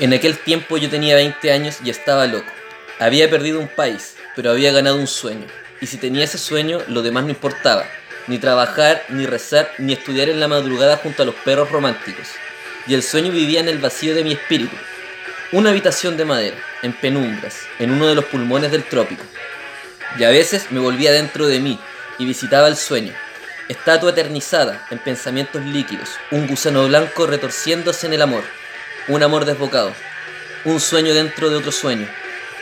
En aquel tiempo yo tenía 20 años y estaba loco. Había perdido un país, pero había ganado un sueño. Y si tenía ese sueño, lo demás no importaba. Ni trabajar, ni rezar, ni estudiar en la madrugada junto a los perros románticos. Y el sueño vivía en el vacío de mi espíritu. Una habitación de madera, en penumbras, en uno de los pulmones del trópico. Y a veces me volvía dentro de mí y visitaba el sueño. Estatua eternizada en pensamientos líquidos, un gusano blanco retorciéndose en el amor, un amor desbocado, un sueño dentro de otro sueño.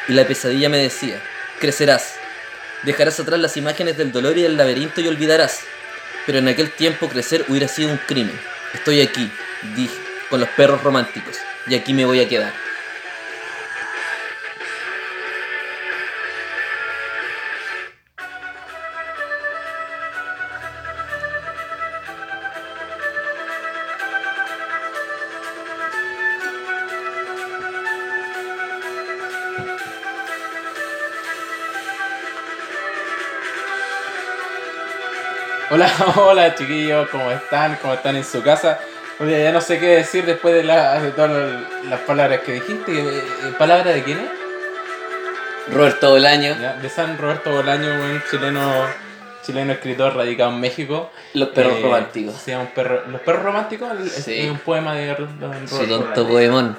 Y la pesadilla me decía, crecerás, dejarás atrás las imágenes del dolor y del laberinto y olvidarás. Pero en aquel tiempo crecer hubiera sido un crimen. Estoy aquí, dije, con los perros románticos, y aquí me voy a quedar. Hola, hola chiquillos, ¿cómo están? ¿Cómo están en su casa? Oye, ya no sé qué decir después de, la- de todas las- las palabras que dijiste. Eh, eh, ¿Palabra de quién es? Roberto Bolaño, Ya, De San Roberto Bolaño, un chileno, chileno escritor radicado en México. los perros Eh, románticos. Sí, un perro, ¿Los perros románticos? El- Sí. Es un poema de Ro- Ro- Roberto Su tonto Bolaño. Pokémon.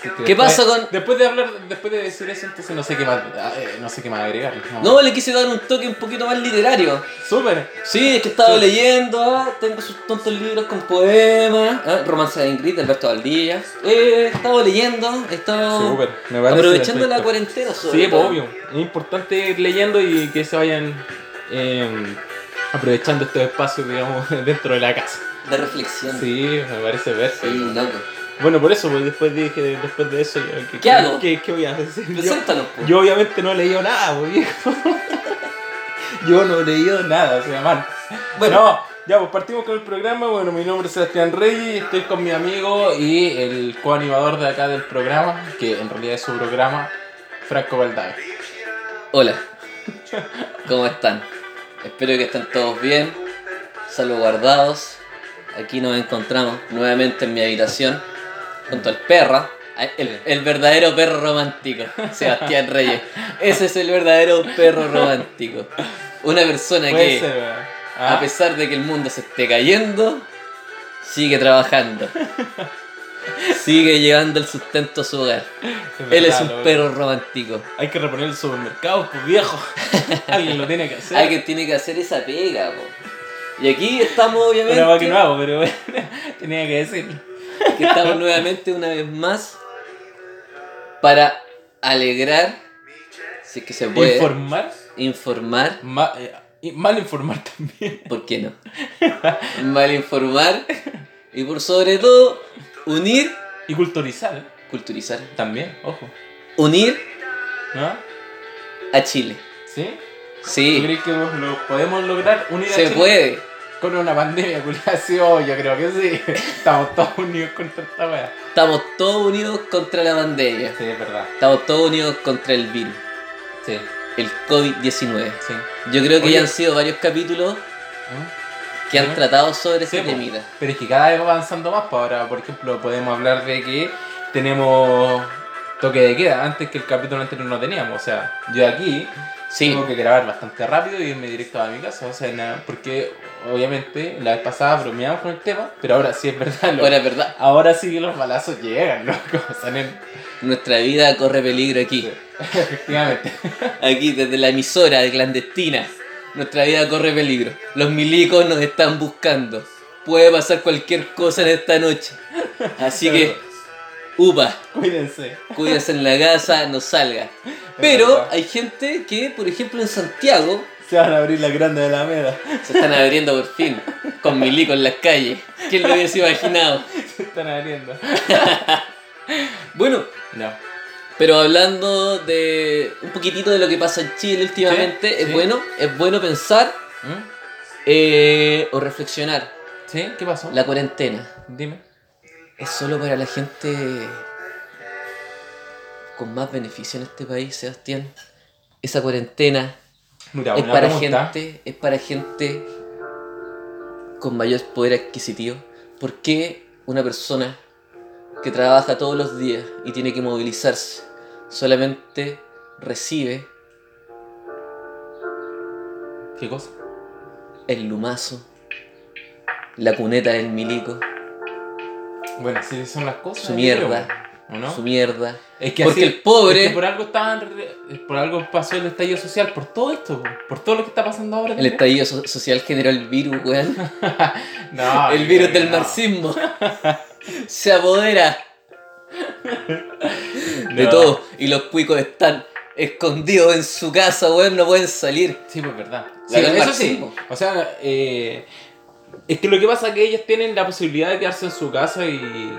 Así que ¿Qué después- pasa con- Después de hablar, después de decir eso, entonces no sé qué más, eh, no sé qué más agregar. No, le quise dar un toque un poquito más literario. Súper. Sí, es que he estado Sí. leyendo, ah, tengo sus tontos libros con poemas, ah, Romance de Ingrid, de Alberto Valdivia. Eh, he estado leyendo, he estado Súper. Me parece Ah. aprovechando la perfecto. cuarentena sobre Sí, pues todo. obvio. Es importante ir leyendo y que se vayan eh, aprovechando estos espacios, digamos, dentro de la casa. De reflexión. Sí, Sí, me parece perfecto. loco. Bueno, por eso, pues después dije, después de eso, yo- ¿Qué hago? ¿Qué, qué voy a hacer? Yo, Preséntalo, po. yo obviamente no he leído nada, pues viejo. Yo no he leído nada, o sea, mal. Bueno, No, ya, pues partimos con el programa. Bueno, mi nombre es Sebastián Reyes, y estoy con mi amigo y el coanimador de acá del programa, que en realidad es su programa, Franco Valdave. hola. ¿Cómo están? Espero que estén todos bien, salvaguardados. Aquí nos encontramos nuevamente en mi habitación, junto al perro, el, el verdadero perro romántico, Sebastián Reyes. Ese es el verdadero perro romántico. Una persona Puede que, ser, ¿verdad? Ah, a pesar de que el mundo se esté cayendo, sigue trabajando. Sigue llevando el sustento a su hogar. es Él es verdad, un loco. perro romántico. Hay que reponer el supermercado, pues viejo. Alguien lo tiene que hacer. Alguien tiene que hacer esa pega, po. Y aquí estamos, obviamente, Una va que no hago, pero bueno, tenía que decirlo. que estamos nuevamente una vez más para alegrar, si es que se puede, Informar, informar, ma- eh, y mal informar también. ¿por qué no? Mal informar y por sobre todo unir, Y culturizar culturizar, también, ojo. unir ¿No? a Chile. ¿Sí? ¿Tú Sí, crees que vos lo podemos lograr unir a se Chile? puede. Con una pandemia, culiao, sí, oh, yo creo que sí. Estamos todos unidos contra esta wea. Estamos todos unidos contra la pandemia. Sí, es verdad. Estamos todos unidos contra el virus, Sí, el COVID-19. sí. Yo creo que Oye. ya han sido varios capítulos ¿Mm? que han Ujú. tratado sobre Sí, ese po. temita. Pero es que cada vez va avanzando más. Para ahora, por ejemplo, podemos hablar de que tenemos toque de queda. Antes que el capítulo anterior no teníamos. O sea, yo aquí Sí, tengo que grabar bastante rápido y irme directo a mi casa. O sea, nada, porque obviamente la vez pasada bromeamos con el tema, pero ahora sí es verdad. loco. ahora es verdad, Ahora sí que los balazos llegan, loco. Salen. nuestra vida corre peligro aquí. Efectivamente. Aquí desde la emisora de clandestina, nuestra vida corre peligro. Los milicos nos están buscando. Puede pasar cualquier cosa en esta noche. Así que, upa, Cuídense. cuídense en la casa, no salga. Pero hay gente que, por ejemplo, en Santiago Se van a abrir las grandes de la meda. se están abriendo por fin con milicos en las calles. ¿Quién lo hubiese imaginado? Se están abriendo. Bueno, No. Pero hablando de un poquitito de lo que pasa en Chile últimamente, Sí, es sí. bueno, es bueno pensar ¿Mm? eh, o reflexionar. ¿Sí? ¿Qué pasó? La cuarentena Dime. es solo para la gente con más beneficio en este país, Sebastián. Esa cuarentena Mira, es una para pregunta. gente, es para gente con mayor poder adquisitivo. ¿Por qué una persona que trabaja todos los días y tiene que movilizarse, solamente recibe ¿Qué cosa? el lumazo, la cuneta del milico, Bueno, si son las cosas. Su yo creo, mierda. ¿o no? su mierda. Es que Porque así- el pobre- es que por algo estaban re- por algo pasó el estallido social, por todo esto, po, por todo lo que está pasando ahora. El también. estallido so- social generó el virus, weón. No, El yo virus creo que del no. marxismo. Se apodera de No. todo. Y los cuicos están escondidos en su casa, weón. No pueden salir. Sí, pues verdad. La Sí, del eso sí. marxismo. O sea, eh, es que lo que pasa es que ellos tienen la posibilidad de quedarse en su casa y.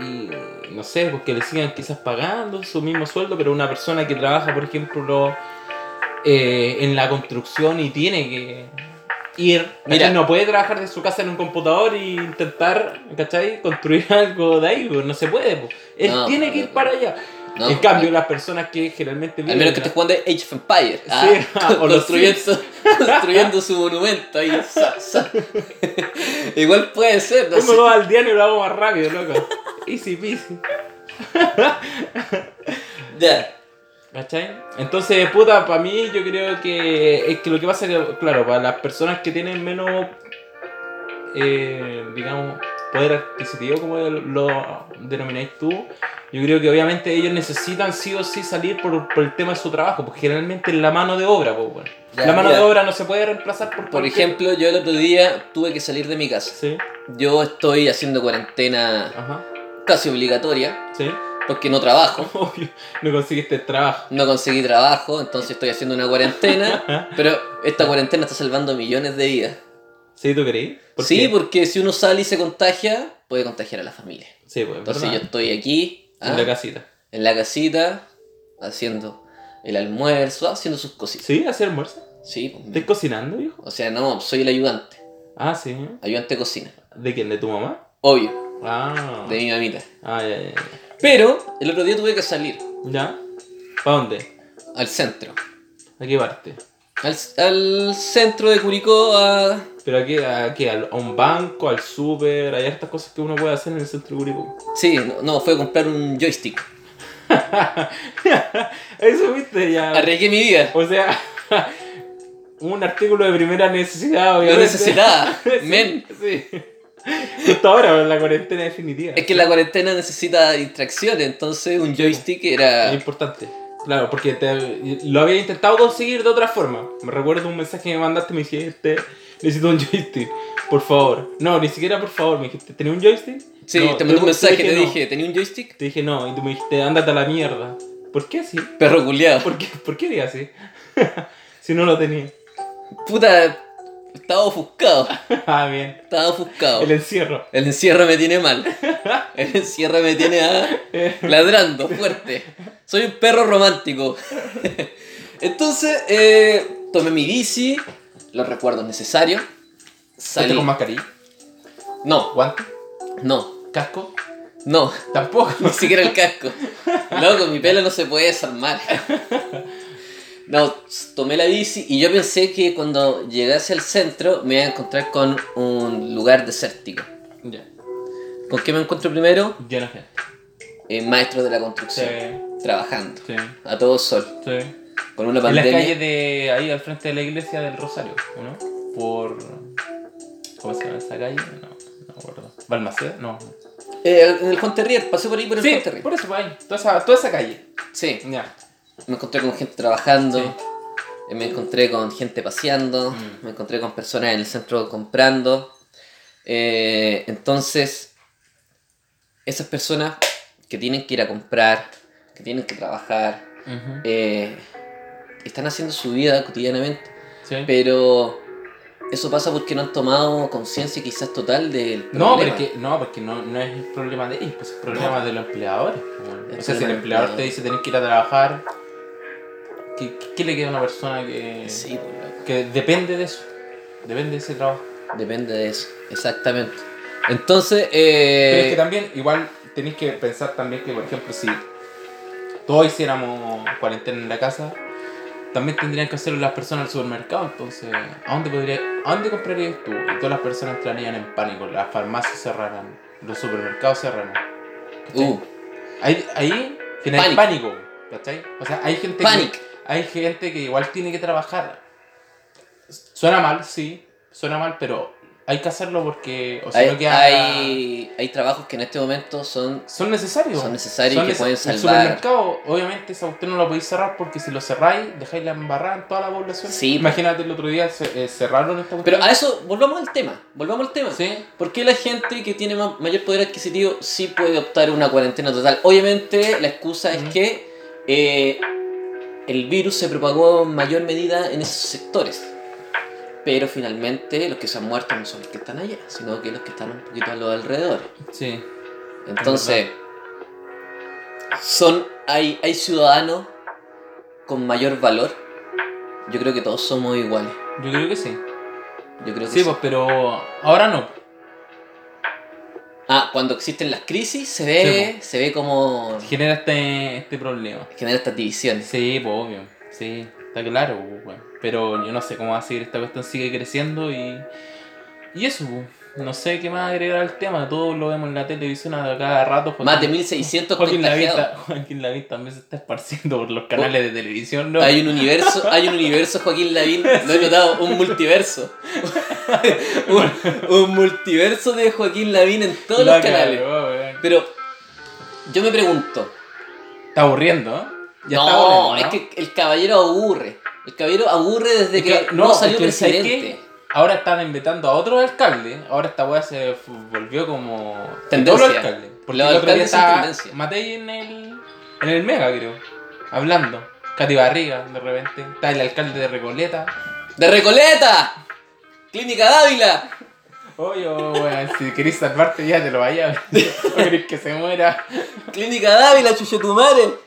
y no sé, porque le sigan quizás pagando su mismo sueldo, pero una persona que trabaja, por ejemplo, eh, en la construcción y tiene que ir. Mira. Mira. No puede trabajar de su casa en un computador e intentar, ¿cachai? Construir algo de ahí, pues, no se puede. pues. Él No, tiene no, que ir no. para allá. No, en cambio, las personas que generalmente Al menos que esté jugando Age of Empires. ah, Sí, ah, o los construyendo, construyendo su monumento ahí. sa, sa. Igual puede ser. no Uno sé. dos al día y lo hago más rápido, loco. Easy peasy. Ya. ¿Cachai? Entonces, puta, para mí yo creo que es que lo que pasa es que, claro, para las personas que tienen menos, eh, digamos, poder adquisitivo, como lo denomináis tú, yo creo que obviamente ellos necesitan sí o sí salir por, por el tema de su trabajo, porque generalmente es la mano de obra, pues, bueno. Ya, la mano mira. de obra no se puede reemplazar por Por cualquier- ejemplo, yo el otro día tuve que salir de mi casa. Sí, Yo estoy haciendo cuarentena ajá, casi obligatoria sí. porque no trabajo. Obvio, no conseguiste el trabajo. No conseguí trabajo, entonces estoy haciendo una cuarentena, pero esta cuarentena está salvando millones de vidas. ¿Sí, tú creí? ¿Por sí, pues, qué? porque si uno sale y se contagia, puede contagiar a la familia. Sí, pues, Entonces ¿verdad? yo estoy aquí, ah, En la casita. casita, haciendo el almuerzo, haciendo sus cositas. ¿Sí? ¿Hace almuerzo? Sí, pues, ¿Estás cocinando, hijo? o sea, no, soy el ayudante, Ah, sí. ayudante de cocina, ¿De quién? ¿De tu mamá? obvio, Ah. de mi mamita. Ah, ya, ya, ya. Pero el otro día tuve que salir ¿Ya? ¿Para dónde? al centro, ¿A qué parte? al, al centro de Curicó a ¿Pero a qué? ¿A qué? ¿Al- ¿A un banco? ¿Al súper? Hay hartas cosas que uno puede hacer en el centro de Curicó. Sí, no, no, fue a comprar un joystick. Eso viste ya. Arriesgué mi vida. O sea, un artículo de primera necesidad, Lo obviamente. necesitaba. Sí, Men. Sí. Justo ahora, en la cuarentena definitiva. Es que la cuarentena necesita distracción, entonces un joystick Es era. importante. Claro, porque te- lo había intentado conseguir de otra forma. Me recuerdo un mensaje que me mandaste, me dijiste, necesito un joystick, por favor. No, ni siquiera por favor, me dijiste, ¿tenía un joystick? Sí, No, te mandé un luego mensaje, te no. dije, ¿tenía un joystick? Te dije no, y tú me dijiste, ándate a la mierda. ¿Por qué así? Perro culiado. ¿Por qué, ¿Por qué haría así? si no lo tenía. Puta, estaba ofuscado. ah, bien. Estaba ofuscado. El El, encierro. encierro me tiene mal. El encierro me tiene ah, ladrando fuerte. Soy un perro romántico. Entonces, eh, tomé mi bici, los recuerdos necesarios. ¿Saliste Salí. ¿Este con mascarilla? No, ¿Guante? no, ¿Casco? no. Tampoco. Ni siquiera el casco. Loco, mi pelo no se puede desarmar. No, tomé la bici y yo pensé que cuando llegase al centro me iba a encontrar con un lugar desértico. ya, ¿Con qué me encuentro primero? lleno de gente. Eh, maestros de la construcción, Sí. trabajando, Sí, a todo sol, sí. con una En las calles pandemia. de ahí al frente de la iglesia del Rosario, ¿no? Por. ¿Cómo se llama esa calle? No, no me acuerdo. ¿Balmaceda? No. Eh, en el Juan Terrier, pasé por ahí por el Sí, Juan Terrier. por eso, por ahí. Toda esa, toda esa calle. Sí, Ya. me encontré con gente trabajando, Sí. eh, me encontré con gente paseando, Mm. me encontré con personas en el centro comprando. Eh, entonces, esas personas que tienen que ir a comprar, que tienen que trabajar, eh, están haciendo su vida cotidianamente, Sí. pero eso pasa porque no han tomado conciencia quizás total del no, problema. porque, no, porque no, no es el problema de ellos, pues es el problema de los empleadores. pues. El O sea, si problema del el empleador empleador. te dice tenés que ir a trabajar, ¿qué, qué- qué le queda a una persona que, Sí, pues, loco. que depende de eso? Depende de ese trabajo. depende de eso, exactamente. Entonces, eh, Pero es que también, igual tenéis que pensar también que, por ejemplo, si todos hiciéramos cuarentena en la casa, también tendrían que hacerlo las personas al supermercado. Entonces, ¿a dónde, podría, ¿a dónde comprarías tú? Y todas las personas entrarían en pánico, las farmacias cerraran, los supermercados cerraran. ¿cachai? Uh, Ahí, ahí genera Pánico. pánico. ¿cachai? O sea, hay gente, Panic. que, hay gente que igual tiene que trabajar. Suena mal, sí, suena mal, pero hay que hacerlo porque, o sea, hay, no queda- hay, hay trabajos que en este momento son. son necesarios. Son necesarios y que pueden El salvar. supermercado, obviamente, esa usted no lo podéis cerrar porque si lo cerráis, dejáis la embarrada en toda la población. Sí. Imagínate el otro día se- eh, cerraron esta cuestión. Pero a eso, volvamos al tema. Volvamos al tema. Sí. ¿Por qué la gente que tiene ma- mayor poder adquisitivo sí puede optar una cuarentena total? Obviamente la excusa es Ujú. que eh, el virus se propagó en mayor medida en esos sectores. Pero finalmente los que se han muerto no son los que están allá, sino que los que están un poquito a los alrededores. Sí. Entonces, son hay, hay ciudadanos con mayor valor. Yo creo que todos somos iguales. Yo creo que sí. Yo creo que Sí, sí. pues, pero ahora no. Ah, cuando existen las crisis se ve, pues. se ve como Genera este, este problema. genera estas divisiones. Sí, pues, obvio. Sí, está claro, pues, weón. Pero yo no sé cómo va a seguir esta cuestión, sigue creciendo y. Y eso, pues. No sé qué más agregar al tema, todos lo vemos en la televisión a cada rato. pues, Joaquín- Más de 1600 Joaquín contagiados. Lavín, Joaquín Lavín también se está esparciendo por los canales de televisión, ¿no? Hay un universo, hay un universo Joaquín Lavín, lo he notado, un multiverso. un, un multiverso de Joaquín Lavín en todos La los canales. cagó, weón. Pero yo me pregunto, Está aburriendo, ¿eh? Ya no, está aburriendo, es que el caballero aburre. El caballero aburre desde Es que, que- no, no, salió es que, ¿sabes presidente. Ahora están inventando a otro alcalde. Ahora esta weá se f- volvió como. Tendencia. Todo alcalde. Porque Los el otro día alcaldes son estaba tendencia. Matei en el, en el Mega, creo. Hablando. Cati Barriga, de repente. Está el alcalde de Recoleta. ¡De Recoleta! ¡Clínica Dávila! Oye, oh, weón, si querés salvarte ya te lo vayas. No querés que se muera. ¡Clínica Dávila, chuchetumare!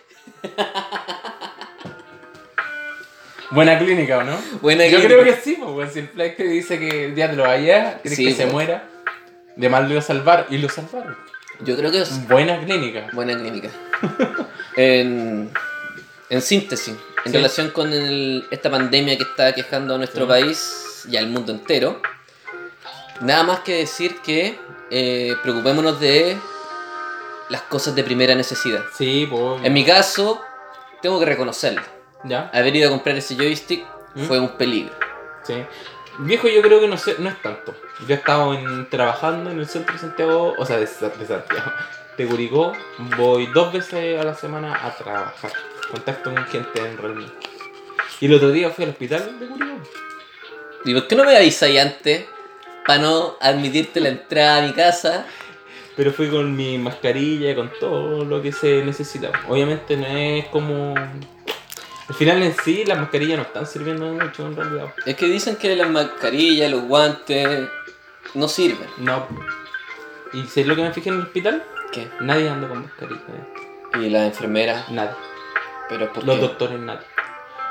Buena clínica, ¿o no? Buena Yo clínica. creo que sí, pues, weón. Si el flag te dice que ya te lo vayas, querés Sí, que se pues. muera. De mal lo iba a salvar. Y lo salvaron. Yo creo que es Buena clínica. buena clínica. en, en síntesis, en Sí. relación con el- esta pandemia que está quejando a nuestro Sí. país y al mundo entero, nada más que decir que eh, preocupémonos de las cosas de primera necesidad. Sí, pues. En mi caso, tengo que reconocerlo. Ya. Haber ido a comprar ese joystick ¿Mm? fue un peligro. Sí. Viejo, yo creo que no, sé, no es tanto. Yo he estado en- trabajando en el centro de Santiago, o sea, de, Sa- de Santiago, de Curicó. Voy dos veces a la semana a trabajar. Contacto con gente en realidad. Y el otro día fui al hospital de Curicó. ¿Y por qué no me avisáis antes para no admitirte la entrada a mi casa? Pero fui con mi mascarilla, con todo lo que se necesita. Obviamente no es como... Al final en sí las mascarillas no están sirviendo de mucho en realidad. Es que dicen que las mascarillas, los guantes, no sirven. No. ¿Y sé lo que me fijé en el hospital? ¿Qué? Nadie anda con mascarilla. eh. Y las enfermeras, Nadie. pero ¿por Los qué? doctores, nadie.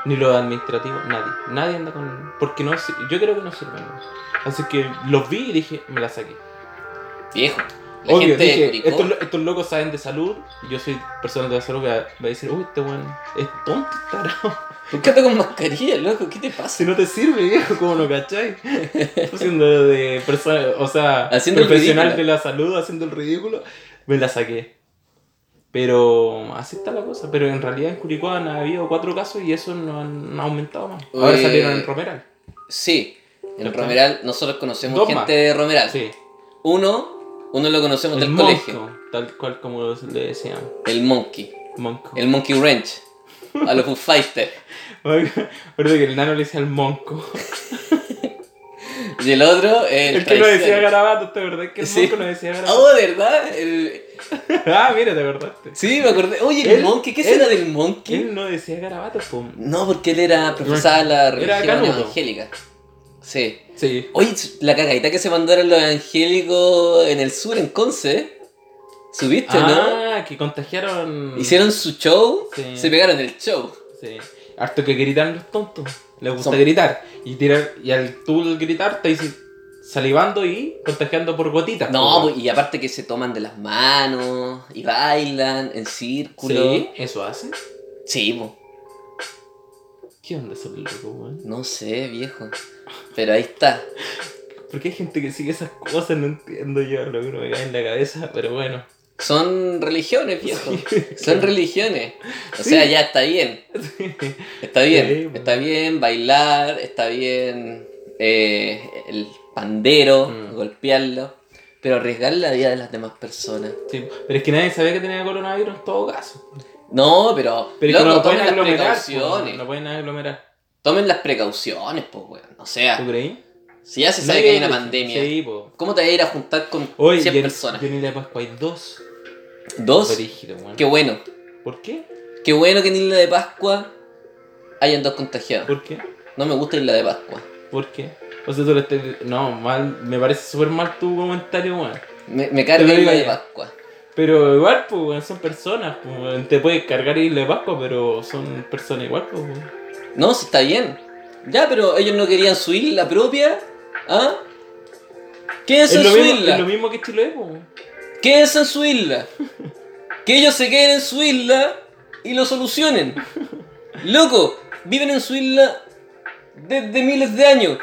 Ni los administrativos, nadie. Nadie anda con. Porque no sir- Yo creo que no sirven. Así que los vi y dije, me la saqué. Viejo. La Obvio, gente dije, de Curicó. estos, lo- estos locos saben de salud. Yo soy persona de salud que va va a decir, uy, este weón es tonto, tarado. ¿Por qué ando con mascarilla, loco? ¿Qué te pasa? Si no te sirve, viejo, ¿cómo no cacháis? Haciendo de persona, o sea, Haciendo el profesional de ridículo. la salud, haciendo el ridículo, me la saqué. Pero así está la cosa. Pero en realidad en Curicó han habido cuatro casos y eso no han no ha aumentado más. Ahora Oye. salieron en Romeral. Sí, en Doctor. Romeral nosotros conocemos Dogma. gente de Romeral. Sí. Uno, uno lo conocemos El eh, del monco, colegio. tal cual como le decían. El Monkey. Monco. El Monkey Ranch. A los Foo Fighters. Oiga, Parece que el nano le decía el monco. Y el otro, el, El que lo decía traicionero. garabato, ¿te verdad? Que el Sí. monco lo decía garabato. Oh, ¿de ¿verdad? El- Ah, mira, te acordaste. Sí, me acordé. Oye, el, Él- Monkey, ¿qué él- será del Monkey? Él no decía garabato, pum. No, porque él era profesaba la Era religión canuto. evangélica. Sí. Sí. Oye, la cagadita que se mandaron los evangélicos en el sur, en Conce. ¿Subiste, Ah, que contagiaron. no? Hicieron su show, Sí. se pegaron el show. Sí. Harto que gritan los tontos. Les gusta Son- gritar. Y tirar, y al tú gritar te dicen salivando y contagiando por gotitas. No, pues. pues, y aparte que se toman de las manos y bailan en círculo. Sí, eso hace. Sí, pues, ¿Qué onda esos locos, weón? no sé, viejo. Pero ahí está. ¿Por qué hay gente que sigue esas cosas? No entiendo yo, lo que no me cae en la cabeza, pero bueno. Son religiones, viejo. Son religiones. O sea, ya está bien. Está Sí, bien. pues. Está bien bailar, está bien eh, el pandero, Mm. golpearlo. Pero arriesgar la vida de las demás personas. Sí, Pero es que nadie sabía que tenía coronavirus en todo caso. No, pero, Pero es loco, que no lo pueden tomen las aglomerar. precauciones. pues, No pueden aglomerar. Tomen las precauciones, pues, weón. O sea, ¿Tú creí? si ya se sabe que hay una pandemia, Sí, po. ¿cómo te vas a ir a juntar con Oye, 100 yo- personas? Yo ni la Pascua hay dos. Dos. Brígido, weón. Qué bueno. ¿Por qué? Qué bueno que en Isla de Pascua hayan dos contagiados. ¿Por qué? No me gusta Isla de Pascua. ¿Por qué? O sea, tú le estás... No, mal, me parece súper mal tu comentario, weón. Me, me carga Te lo Isla de digo ya. Pascua. Pero igual, pues, weón, son personas, pues, weón. te puedes cargar Isla de Pascua, pero son personas igual, pues, weón. No, si está bien. Ya, pero ellos no querían su isla propia. ¿Ah? Quédense Es en lo, su mismo, es lo isla. mismo que Chile, pues, weón. Quédense en su isla. que ellos se queden en su isla y lo solucionen. Loco, viven en su isla desde miles de años.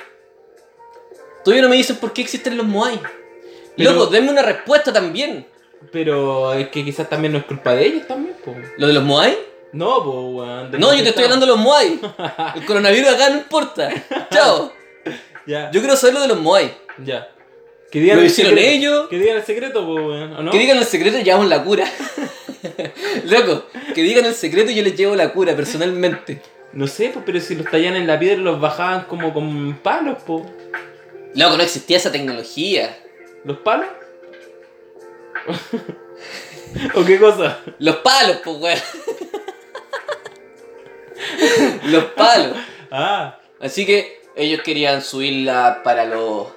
Todavía no me dicen por qué existen los Moai. Pero- Loco, denme una respuesta también. Pero es que quizás también no es culpa de ellos también, pues. weón. ¿Lo de los Moai? No, pues, weón. de No, los yo que te estoy estamos. hablando de los Moai. El coronavirus acá no importa. Chao. Ya, Yo quiero saber lo de los Moai. ya. Que digan Lo el hicieron secreto. ellos. Que digan el secreto, pues, weón. ¿O no? Que digan el secreto y llevamos la cura. Loco, que digan el secreto y yo les llevo la cura personalmente. No sé, pues, pero si los tallan en la piedra los bajaban como con palos, pues. Loco, no existía esa tecnología. ¿Los palos? ¿O qué cosa? Los palos, pues, weón. Los palos. Ah, Así que ellos querían subirla para los.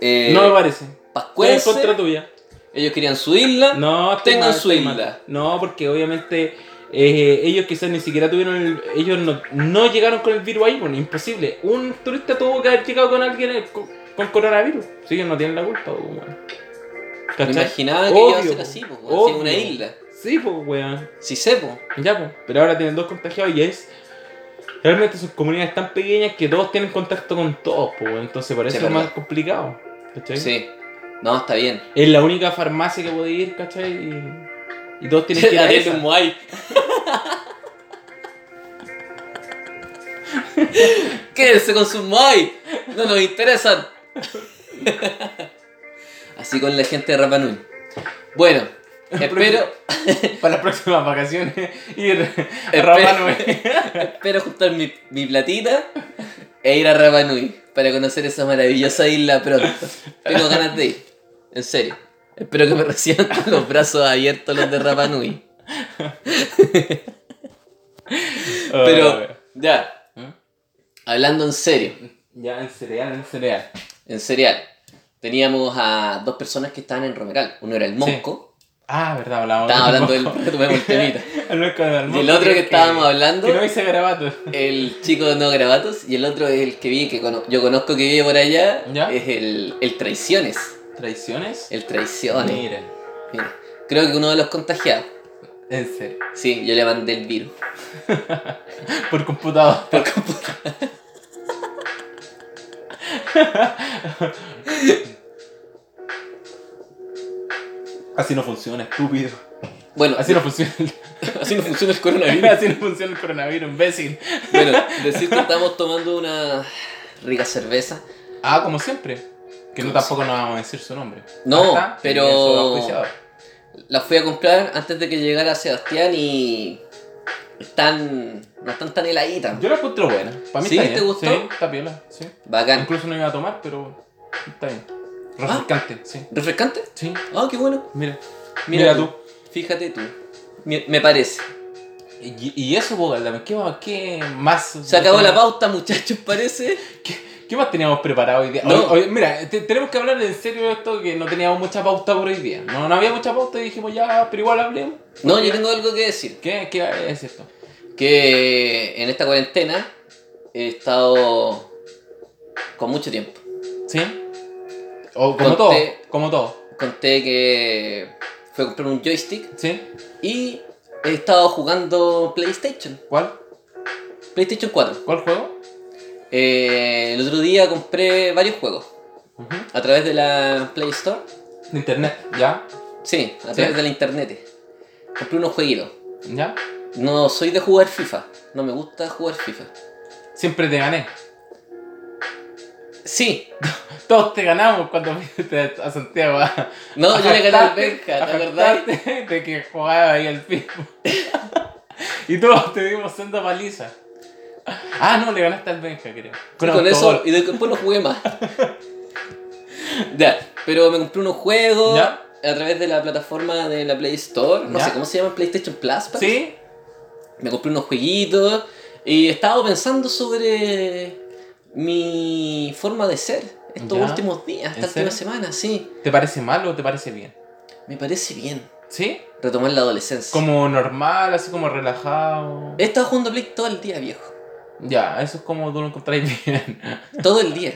Eh, no me parece. pascuenses. Estoy en contra tuya. Ellos querían subirla. No, estoy Tengan mal, su estoy isla. mal. No, porque obviamente eh, ellos quizás ni siquiera tuvieron el, ellos no, no llegaron con el virus ahí, bueno, imposible. Un turista tuvo que haber llegado con alguien eh, con, con coronavirus. Sí, ellos no tienen la culpa, pues, weón. Me ¿Cachai? imaginaba que iba a Obvio, ser así, pues, weón. Así, obvio. una isla. Sí, pues, weón. Si sepo. Ya, pues. Pero ahora tienen dos contagiados y es. Realmente sus comunidades tan pequeñas que todos tienen contacto con todos, pues, weón. Entonces por Sí, eso es verdad. más complicado. ¿Cachai? Sí. No, está bien. Es la única farmacia que puede ir, ¿cachai? Y, y todos tienen que ir a Dale esa. un Moai. Quédense con sus Moai. No nos interesan. Así con la gente de Rapa Nui. Bueno, espero, Para las próximas vacaciones ir a Espero. Rapa Nui. espero juntar mi, mi platita e ir a Rapa Nui para conocer esa maravillosa isla pronto. Tengo ganas de ir, en serio. Espero que me reciban con los brazos abiertos los de Rapa Nui. Oh, Pero, ya, ¿Mm? hablando en serio. Ya, en cereal, en cereal. en cereal. Teníamos a dos personas que estaban en Romeral. Uno era el Monco, Ah, verdad, hablábamos. estábamos hablando del retomemos el temita. El Monco del Y el otro que estábamos hablando, Que no hice grabato. el chico de No Grabatos, y el otro es el que vi, que cono- yo conozco que vive por allá, ¿Ya? es el, el Traiciones. ¿Traiciones? El Traiciones. Mira, Mira, creo que uno de los contagiados. en serio. Sí, yo le mandé el virus. Por computador. Por computadora. Así no funciona, estúpido. Bueno, Así no funciona. así no funciona el coronavirus. Así no funciona el coronavirus, imbécil. bueno, decir que estamos tomando una rica cerveza. Ah, como siempre. Que no tampoco nos vamos a decir su nombre. No, Basta, pero- y eso va auspiciado. Las fui a comprar antes de que llegara Sebastián y están no están tan heladitas. Yo la encuentro buena. Para mí ¿Sí? está bien. ¿Te gustó? Sí, está piola, sí. Bacán. Incluso no iba a tomar, pero está bien. Ah. Refrescante, sí. ¿Refrescante? Sí, Ah, qué bueno. mira. Mira Mira, tú. tú. Fíjate tú. Me, me parece. Y, y eso, Bogalda, ¿qué, más- ¿qué más? Se acabó la pauta, muchachos, parece. ¿Qué más teníamos preparado hoy día? No. Hoy- hoy- mira, te- tenemos que hablar en serio de esto que no teníamos mucha pauta por hoy día. No, no había mucha pauta y dijimos ya, pero igual hablemos. No, yo tengo algo que decir. ¿Qué, qué es esto? Que en esta cuarentena he estado con mucho tiempo. ¿Sí? O, como Conté- todo, como todo. Conté que fui a comprar un joystick ¿Sí? y he estado jugando PlayStation. ¿Cuál? PlayStation 4. ¿Cuál juego? Eh, el otro día compré varios juegos Ujú. a través de la Play Store. De internet, ¿ya? Sí, a ¿Sí? través de la internet. Compré unos jueguitos. ¿Ya? No soy de jugar FIFA. No me gusta jugar FIFA. Siempre te gané. Sí. Todos te ganamos cuando fuiste a Santiago. a- No, a yo le gané al jactarte- Benja, a ¿te acordás? jactarte De que jugaba ahí el FIFA. y todos te dimos senda paliza. Ah, no, le ganaste al Benja, creo. Y con eso, y después no jugué más. ya, pero me compré unos juegos Ya. a través de la plataforma de la Play Store. No Ya. sé cómo se llama, PlayStation Plus. parece. ¿Sí? Me compré unos jueguitos y he estado pensando sobre mi forma de ser estos Ya. últimos días, ¿En esta última serio? semana, sí. ¿Te parece mal o te parece bien? Me parece bien ¿Sí? retomar la adolescencia. Como normal, así como relajado. He estado jugando Play todo el día, viejo. Ya, eso es como tú lo encontráis bien. Todo el día.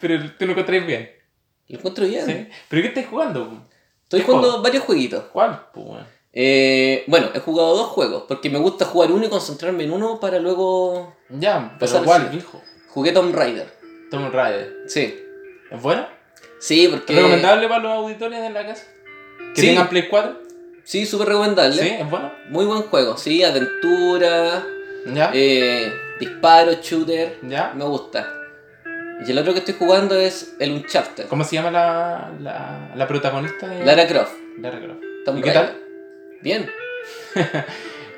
Pero tú lo encontráis bien. Lo encuentro bien. ¿Sí? ¿Pero qué estás jugando? Estoy ¿Qué jugando juego? varios jueguitos. ¿Cuál? Pues, weón? Eh, bueno, he jugado dos juegos, porque me gusta jugar uno y concentrarme en uno para luego... Ya, Pasar pero el ¿cuál, siguiente. hijo? Jugué Tomb Raider. Tomb Raider. Sí. ¿Es bueno? Sí, porque... ¿Recomendable para los auditores de la casa? ¿Que Sí. tengan Play 4? Sí, súper recomendable. ¿Sí? ¿Es bueno? Muy buen juego, sí. Aventura, ¿Ya? eh, disparo, shooter. ¿Ya? Me gusta. Y el otro que estoy jugando es el Uncharted. ¿Cómo se llama la, la, la protagonista de Lara Croft. Lara Croft? Tomb ¿Y qué Raider. Bien.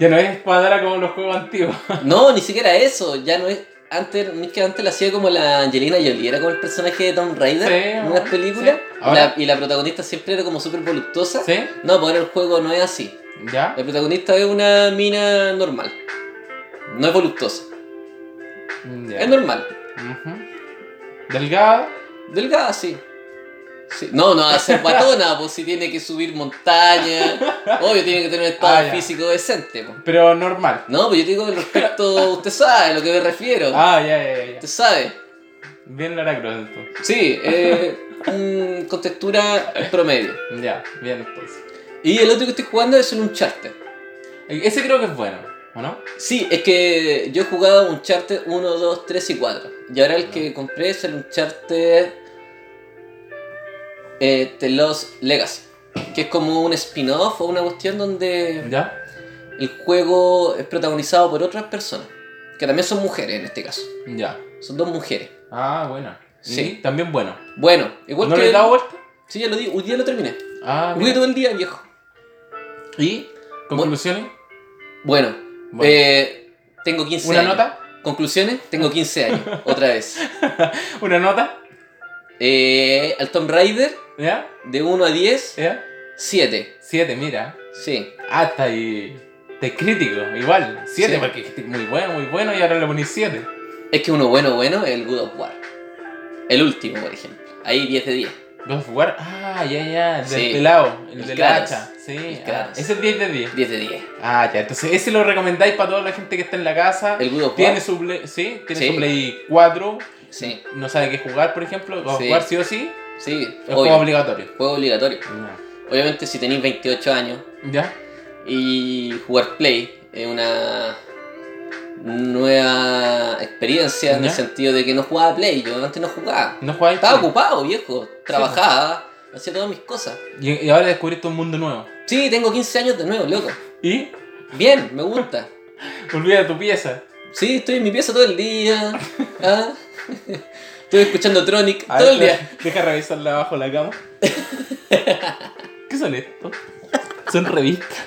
Ya no es cuadra como los juegos antiguos. No, ni siquiera eso. Ya no es. Antes, es que antes la hacía como la Angelina Jolie, era como el personaje de Tomb Raider Sí, en unas sí. películas. Ahora- La- y la protagonista siempre era como súper voluptuosa. ¿Sí? No, por el juego no es así. ¿Ya? La protagonista es una mina normal. No es voluptuosa. ya. Es normal. Ujú. Delgada. Delgada, sí. Sí. No, no, va a ser guatona, pues si tiene que subir montañas. Obvio, tiene que tener un estado Ah, ya. físico decente. pues. Pero normal. No, pues yo te digo el respecto, usted sabe a lo que me refiero. Ah, ya, ya, ya. Usted sabe. Bien Lara Croft entonces. Sí, eh, mm, con textura promedio. Ya, bien pues. entonces. Y el otro que estoy jugando es el Uncharted. Eh, Ese creo que es bueno, ¿o no? Sí, es que yo he jugado Uncharted 1, 2, 3 y 4. Y ahora el que compré es el Uncharted eh, The Lost Legacy. Que es como un spin-off o una cuestión donde ¿Ya? el juego es protagonizado por otras personas. Que también son mujeres en este caso. Ya. Son dos mujeres. Ah, bueno. Sí. Sí. También bueno. Bueno, igual ¿No que... le he dado vuelta? Sí, ya lo di. Hoy día lo terminé. Ah, Jugué mira. todo el día, viejo. ¿Y? ¿Conclusiones? Bueno, Bueno. eh, tengo 15 ¿Una años. nota? Conclusiones, tengo 15 años, otra vez. ¿Una nota? Eh, al Tomb Raider, ¿Ya? de 1 a 10, ¿Ya? 7. Siete, mira. Sí, Ah, está ahí. Te crítico, igual. Siete, Sí. porque dijiste muy bueno, muy bueno, y ahora le ponís siete. es que uno bueno, bueno es el Good of War. El último, por ejemplo. Ahí 10 de 10. God of War. Ah, ya, ya. El del Sí. pelado. El, El de la Caras. hacha. Sí. El ah, Caras. ese es 10 de 10. 10 de 10. Ah, ya. Entonces, ese lo recomendáis para toda la gente que está en la casa. El Good of Tiene War. su Play, sí, tiene Sí. su Play 4, Sí, no sabe qué jugar, por ejemplo, o Sí. jugar sí o sí, sí, es juego obvio. obligatorio. Juego obligatorio. Obviamente, si tenéis 28 años ¿Ya? y jugar Play es una nueva experiencia en el ¿Ya? sentido de que no jugaba Play. Yo antes no jugaba. ¿No jugáis? Estaba Play? ocupado, viejo. Trabajaba, hacía todas mis cosas. y, y ahora descubriste un mundo nuevo. Sí, tengo 15 años de nuevo, loco. Y Bien, me gusta. olvida tu pieza. Sí, estoy en mi pieza todo el día. ¿ah? Estoy escuchando Tronic A todo ver, el día. Deja revisarla abajo la cama. ¿Qué son estos? Son revistas.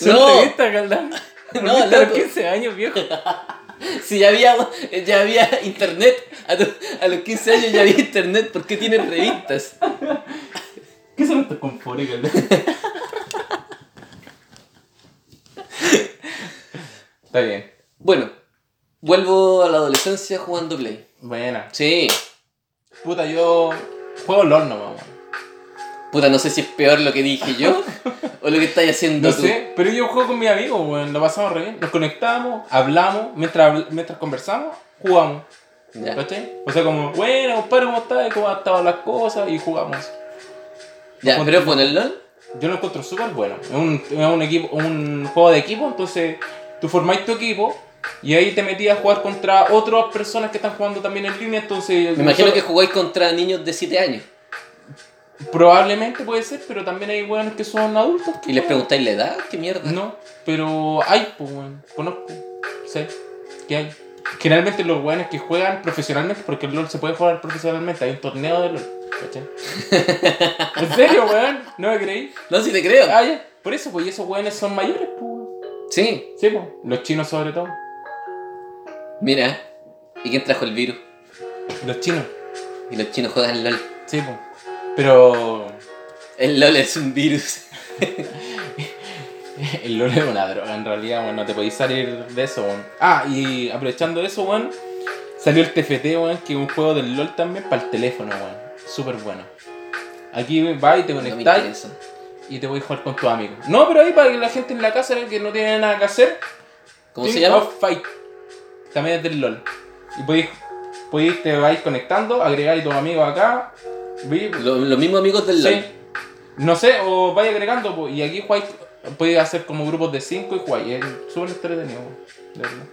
Son No. revistas, Galdán. No, No, los loco. 15 años, viejo. Si ya había, ya había internet, a, tu- a los 15 años ya había internet, ¿por qué tienen revistas? ¿Qué son estos confores, Galdán? Está bien. Bueno, vuelvo a la adolescencia jugando Play. Buena. Sí, Puta, yo juego LOL nomás, weón. puta, no sé si es peor lo que dije yo o lo que estáis haciendo No tú. sé, pero yo juego con mis amigos, weón. Lo pasamos re bien. Nos conectamos, hablamos, mientras, habl- mientras conversamos, jugamos. Ya, ¿Cachai? O sea, como, bueno, compadre, ¿cómo estás? ¿Cómo han estado las cosas? Y jugamos. ya, pero bueno, el LOL, Yo lo encuentro súper bueno. Es un, es un equipo, un juego de equipo, entonces tú formáis tu equipo y ahí te metías a jugar contra otras personas que están jugando también en línea, entonces... me imagino que nosotros- jugáis contra niños de 7 años. Probablemente puede ser, pero también hay weones que son adultos. que ¿Y les no- preguntáis la edad? ¿Qué mierda? No, pero hay, pues weón. Conozco. Sé que hay. Generalmente los weones que juegan profesionalmente, porque el LOL se puede jugar profesionalmente, hay un torneo de LOL. ¿Cachai? ¿En serio, weón? ¿No me creí? No, si te creo. Ah, ya. Por eso, pues, y esos weones son mayores, pues. weón. Sí, Sí, pues. Los chinos sobre todo. mira. ¿Y quién trajo el virus? Los chinos. Y los chinos juegan LOL. Sí, pues. Pero... El LOL es un virus. El LOL es una droga, en realidad, weón. No te podéis salir de eso, weón. Ah, y aprovechando eso, weón. Salió el TFT, weón, que es un juego del LOL también para el teléfono, weón. Súper bueno. Aquí va y te No me conectáis interesa. y te voy a jugar con tus amigos. No, pero ahí para que la gente en la casa que no tiene nada que hacer. ¿Cómo Team se llama? of Fight. También es del LOL. Y podéis, podéis te vais conectando, agregáis tus amigos acá. vi- Lo- los mismos amigos del LOL. Sí. No sé, o vais agregando, po, y aquí jugáis, podéis hacer como grupos de 5 y jugáis. Es súper entretenido, po, de verdad.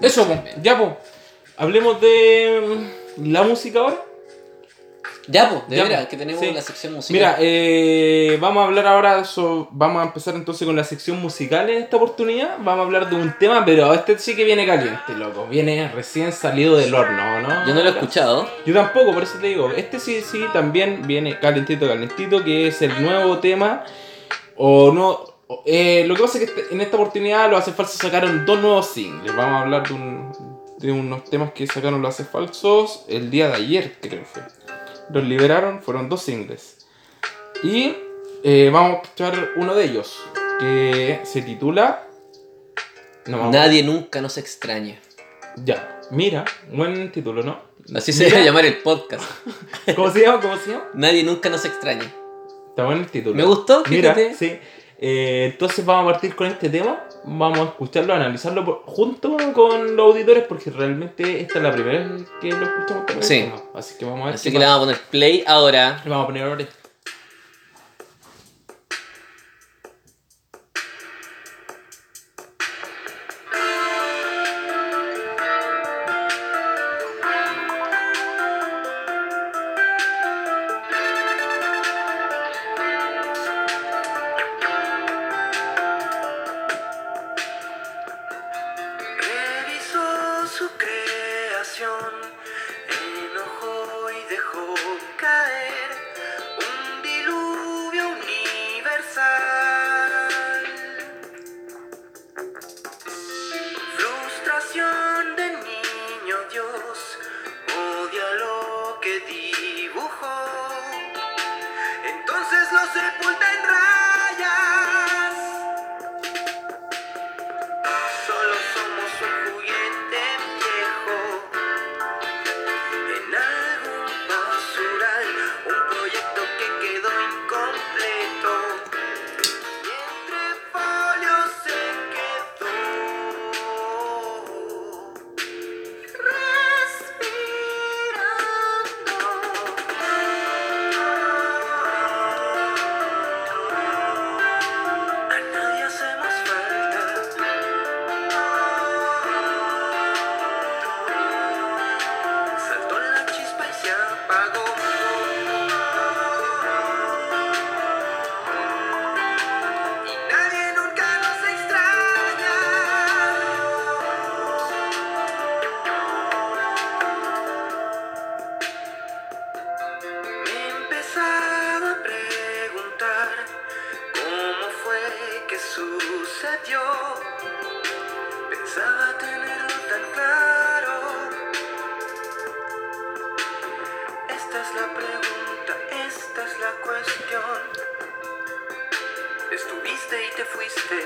Eso, po, ya, po. Hablemos de mm, la música ahora. Ya, pues, de Ya, po. veras, que tenemos Sí. la sección musical. Mira, eh, vamos a hablar ahora, so- vamos a empezar entonces con la sección musical en esta oportunidad. Vamos a hablar de un tema, pero este sí que viene caliente, loco. Viene recién salido del horno, ¿no? Yo no lo he escuchado. Yo tampoco, por eso te digo. Este sí, sí, también viene calentito, calentito, que es el nuevo tema. O no. o- eh, lo que pasa es que este- en esta oportunidad los hace falsos sacaron dos nuevos singles. Vamos a hablar de, un- de unos temas que sacaron los hace falsos el día de ayer, creo que fue. Los liberaron, fueron dos singles. Y eh, vamos a escuchar uno de ellos, que se titula. No, me acuerdo. Nadie nunca nos extraña. Ya. Mira, buen título, ¿no? Así se debe llamar el podcast. ¿Cómo se llama? ¿Cómo se llama? Nadie nunca nos extraña. Está bueno el título. Me gustó, Mira, fíjate. sí. Eh, entonces vamos a partir con este tema. Vamos a escucharlo, a analizarlo por- junto con los auditores, porque realmente esta es la primera vez que lo escuchamos. por el Sí. tema. Así que vamos a ver. Así qué que le pasa. vamos a poner play ahora. Le vamos a poner ahora. Revisó su creación, enojó y dejó caer un diluvio universal. Frustración de niño Dios, odia lo que dibujó. Entonces lo sepulta en rayas. Solo somos un juguete viejo en algún basural, un proyecto que quedó incompleto y entre folios se quedó respirando. A nadie hacemos falta. Saltó la chispa y se apagó. Y nadie nunca nos extraña. Me he empezado a preguntar cómo fue que sucedió. Pensaba tenerlo tan claro. Esta es la pregunta, esta es la cuestión. Estuviste y te fuiste.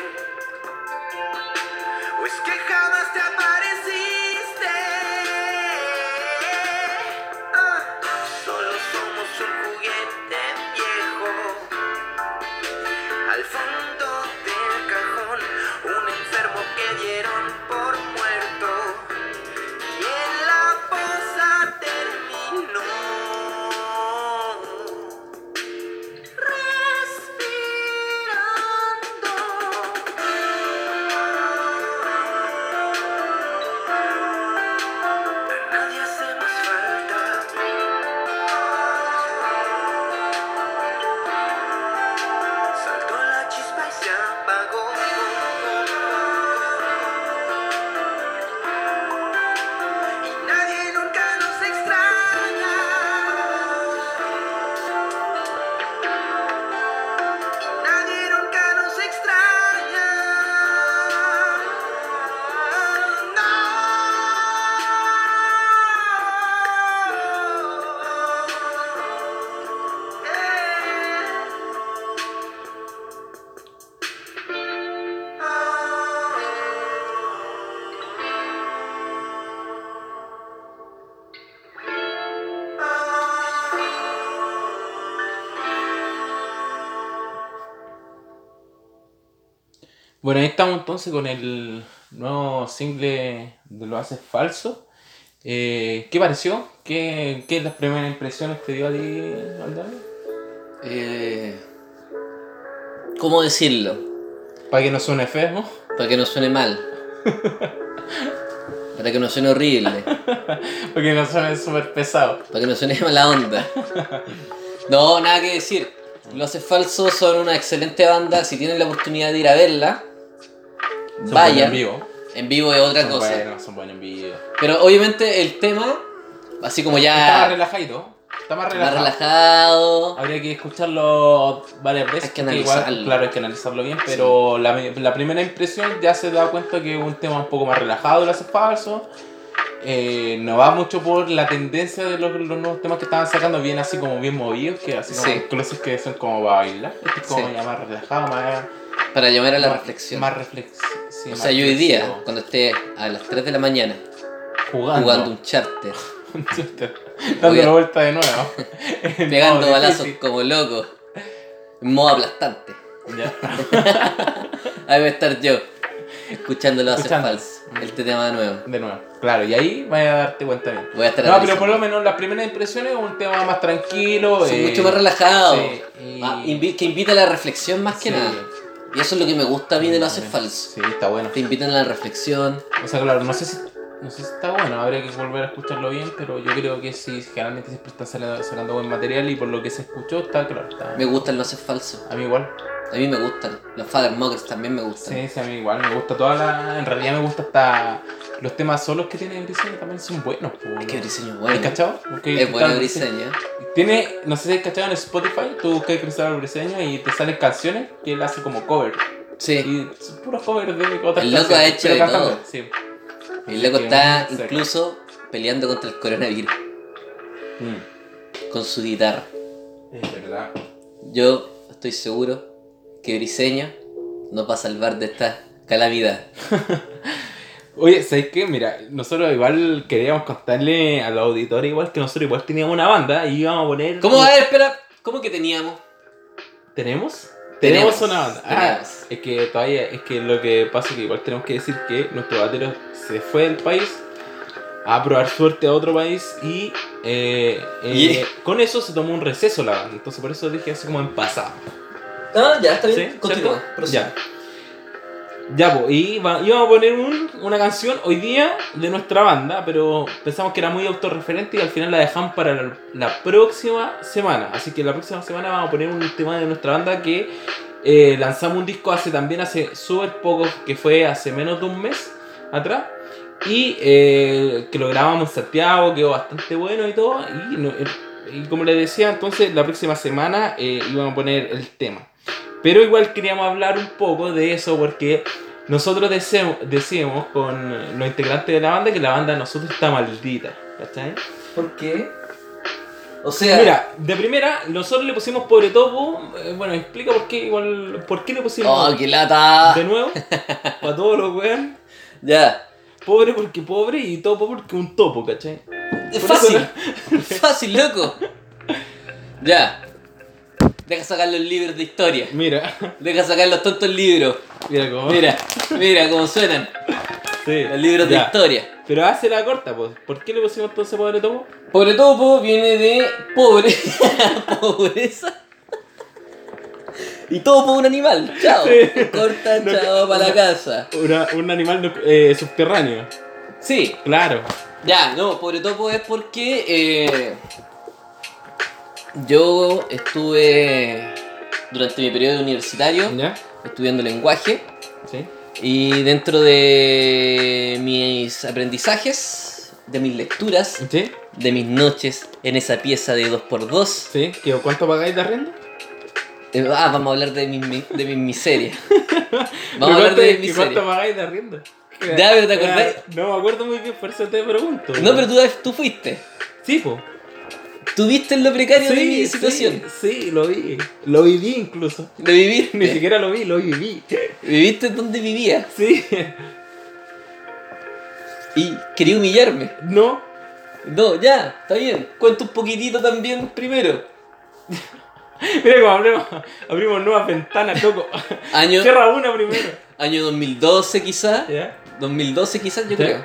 O es que jamás te apareciste. Ah, solo somos un juguete viejo. Al fondo del cajón, un enfermo que dieron por muerto. Y en la fosa terminó. Respirando. Eh. Bueno, ahí estamos entonces con el nuevo single de Lo Haces Falso. Eh, ¿Qué pareció? ¿Qué, ¿Qué las primeras impresiones te dio a ti, Aldani? Eh, ¿Cómo decirlo? Para que no suene feo, Para que no suene mal. Para que no suene horrible. para que no suene súper pesado. Para que no suene mala onda. No, nada que decir. Los Haces Falsos son una excelente banda. Si tienen la oportunidad de ir a verla, Son buenos vayan. en vivo. En vivo es otra Son cosa. buenos, son buenos en vivo. Pero obviamente el tema, así como Está más ya relajadito. Está más Ah. más relajado. relajado, Habría que escucharlo varias veces. Hay que porque analizarlo. claro, hay que analizarlo bien, pero la, la primera impresión ya se da cuenta que es un tema un poco más relajado, lo hace falso. Eh, no va mucho por la tendencia de los, los nuevos temas que estaban sacando, bien así como bien movidos, que así como Sí. incluso que son como para bailar. Este es como Sí. ya más relajado, más. para llamar a la más- reflexión. Más reflexión. o sea, yo hoy día, cuando esté a las 3 de la mañana jugando. jugando un charter, Dando Jugar. la vuelta de nuevo. En pegando modo balazos difícil. como loco, en modo aplastante, Ya. ahí voy a estar yo, escuchándolo hacer Escuchando. falso, este tema nuevo. De nuevo. Claro, y ahí vas a darte cuenta bien. Voy a estar No, pero analizando. por lo menos las primeras impresiones es un tema más tranquilo. Son eh, mucho más relajado, Ah, sí, y- que invita a la reflexión más que sí. nada. Y eso es lo que me gusta a mí de lo hacer Sí, falso. Sí, está bueno. Te invitan a la reflexión. O sea, claro, no sé si, no sé si está bueno, habría que volver a escucharlo bien, pero yo creo que sí, generalmente siempre están sacando, sacando buen material y por lo que se escuchó está claro. Está, Me gustan los haces falsos. a mí igual. A mí me gustan. Los Father Muggers también me gustan. Sí, sí, a mí igual. Me gusta toda la. En realidad me gusta hasta los temas solos que tiene Briseño también son buenos. po, Es que ¿no? Briseño es ¿Has bueno. cachado? Porque Es bueno está- Briseño. Tiene, no sé si has cachado en Spotify, tú buscas Cristóbal Briseño y te salen canciones que él hace como cover. Sí. Y son puros covers de otras El loco canciones, ha hecho pero de cantando, todo. Sí. El loco que está muy cerca. incluso peleando contra el coronavirus Mm, con su guitarra. es verdad. Yo estoy seguro que Briseño nos va a salvar de esta calamidad. Oye, ¿sabes qué? Mira, nosotros igual queríamos contarle a los auditores igual que nosotros igual teníamos una banda y íbamos a poner... ¿Cómo? A ver, espera. ¿Cómo que teníamos? ¿Tenemos? Tenemos, Tenemos una banda. Ah, tenemos. es que todavía, es que lo que pasa es que igual tenemos que decir que nuestro batero se fue del país a probar suerte a otro país y eh, eh, con eso se tomó un receso la banda. Entonces por eso dije así como en pasado. Ah, ya, está ¿Sí? bien. Continúa. ¿Cierto? prosigue. Ya. Ya, pues, y va- íbamos a poner un- una canción hoy día de nuestra banda, pero pensamos que era muy autorreferente y al final la dejamos para la, la próxima semana. Así que la próxima semana vamos a poner un tema de nuestra banda que eh, lanzamos un disco hace también hace súper poco, que fue hace menos de un mes atrás. Y eh, que lo grabamos en Santiago, quedó bastante bueno y todo. Y, no- y como les decía, entonces la próxima semana eh, íbamos a poner el tema. Pero igual queríamos hablar un poco de eso porque nosotros deseo- decíamos con los integrantes de la banda que la banda de nosotros está maldita. ¿Cachai? ¿Por qué? O sea, Mira, de primera, nosotros le pusimos pobre topo. eh, Bueno, explica por qué, igual, por qué le pusimos oh, qué lata. de nuevo. Para todos los weón. Ya. Pobre porque pobre y topo porque un topo, ¿cachai? Es Por eso fácil. fácil, loco. Ya. Deja sacar los libros de historia. Mira, Deja sacar los tontos libros. mira cómo. Mira, mira cómo suenan sí, los libros de ya. historia. Pero hace la corta, pues. ¿Por qué le pusimos entonces pobre topo? Pobre topo viene de pobre. pobreza. Y topo un animal. Chao. Sí. Corta, No, chao, para la casa. Una- un animal no- eh, subterráneo. Sí, Claro. Ya, no, pobre topo es porque eh, yo estuve durante mi periodo universitario ¿Ya? estudiando lenguaje Sí. y dentro de mis aprendizajes, de mis lecturas, ¿Sí? de mis noches en esa pieza de 2x2, ¿Sí? ¿Qué- ¿Cuánto pagáis de arriendo? eh, ah, vamos a hablar de mis, mi- de mis miserias. Vamos a Pero hablar de ¿cuánto- mis qué- ¿Cuánto miserias. pagáis de arriendo? Ya, pero ¿te acordáis? Ah, No me acuerdo muy bien, por eso te pregunto. No, pero tú, tú fuiste. Sí, po. Tú viste lo precario de mi Sí, situación. Sí, sí, lo vi. Lo viví incluso. De vivir. Ni siquiera lo vi, lo viví. Viviste donde vivía. Sí. y quería humillarme. No. No, ya, está bien. Cuento un poquitito también primero. Mira cómo abrimos, abrimos nuevas ventanas, loco. Año, Cierra una primero. año 2012 quizás. ¿Ya? 2012 quizás, yo ¿Ya? creo.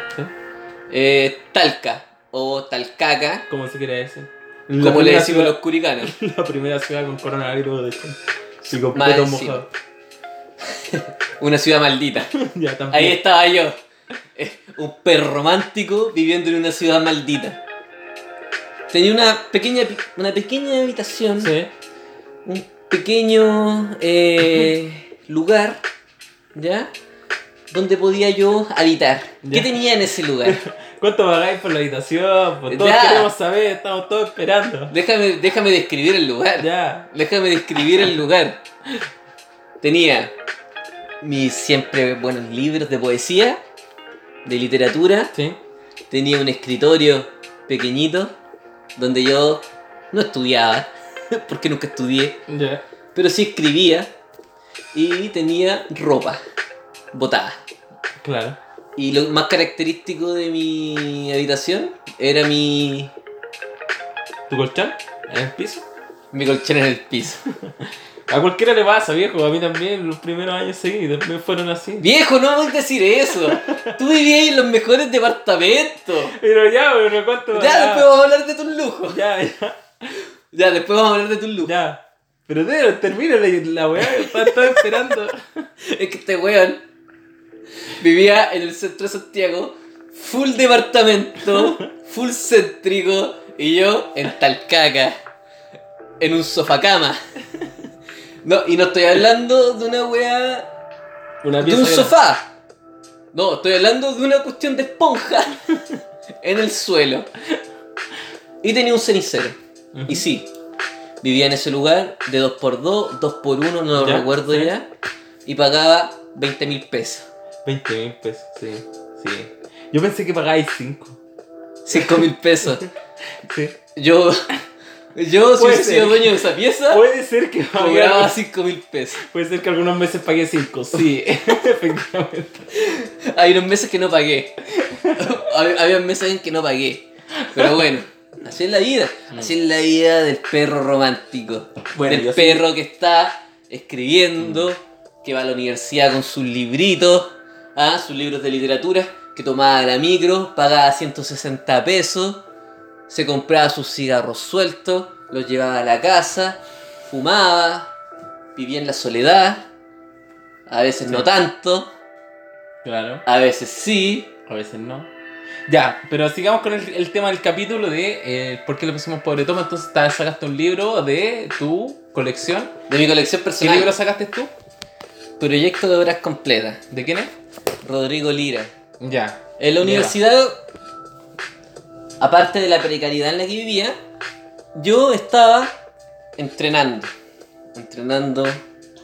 Eh, Talca o Talcaca, ¿Cómo se quiere decir? como le primera decimos los ciudad- curicanos. La primera ciudad con coronavirus de Chile. Y con Más putos encima. mojados. Una ciudad maldita. ya, también. Ahí estaba yo. Eh, Un perro romántico viviendo en una ciudad maldita. Tenía una pequeña, pi- una pequeña habitación, Sí. un pequeño eh, lugar, ¿ya? Donde podía yo habitar. ¿Qué Ya. tenía en ese lugar? ¿Cuánto pagáis por la habitación? Pues todos Ya. queremos saber, estamos todos esperando. Déjame, déjame describir el lugar. Ya. Déjame describir el lugar. Tenía mis siempre buenos libros de poesía, de literatura. Sí. Tenía un escritorio pequeñito donde yo no estudiaba, porque nunca estudié, Ya. pero sí escribía. Y tenía ropa botada. Claro. Y lo más característico de mi habitación era mi, ¿Tu colchón? ¿En el piso? mi colchón en el piso. A cualquiera le pasa, viejo. A mí también, los primeros años seguidos también fueron así. Viejo, no voy a decir eso. Tú vivías en los mejores departamentos. Pero ya, pero ¿cuánto? Ya, después vamos a hablar de tus lujos. Ya, ya, Ya, después vamos a hablar de tus lujos. ya. Pero pero, termina la, la weá, están todos esperando. Es que este weón vivía en el centro de Santiago, full departamento, full céntrico, y yo en Talcaca, en un sofacama. No, y no estoy hablando de una weá. Una de un grande. sofá. No, estoy hablando de una cuestión de esponja en el suelo. Y tenía un cenicero. Ujú. Y sí, vivía en ese lugar de 2x2, 2x1, no lo Ya, recuerdo sí. ya. Y pagaba 20 mil pesos. 20 mil pesos, sí, sí. Yo pensé que pagáis 5. 5 mil pesos. Sí. Yo, yo si Puede hubiese sido ser. dueño de esa pieza, Puede ser que cobraba pagara- 5 mil pesos. Puede ser que algunos meses pagué 5, sí, efectivamente. Hay unos meses que no pagué. Hab- Había meses en que no pagué. Pero bueno, así es la vida. Así es la vida del perro romántico. Bueno, del yo sí. Mm. perro que está escribiendo, que va a la universidad con sus libritos, ¿ah? sus libros de literatura, que tomaba la micro, pagaba 160 pesos, se compraba sus cigarros sueltos, los llevaba a la casa, fumaba, vivía en la soledad, a veces no Sí. tanto. Claro, A veces sí. a veces no. Ya, pero sigamos con el, el tema del capítulo de eh, por qué le pusimos pobre toma. Entonces ta- sacaste un libro de tu colección. De mi colección ¿Qué personal. libro sacaste tú? Proyecto de obras completas. ¿De quién es? Rodrigo Lira. Ya. En la universidad, aparte de la precariedad en la que vivía, yo estaba entrenando. Entrenando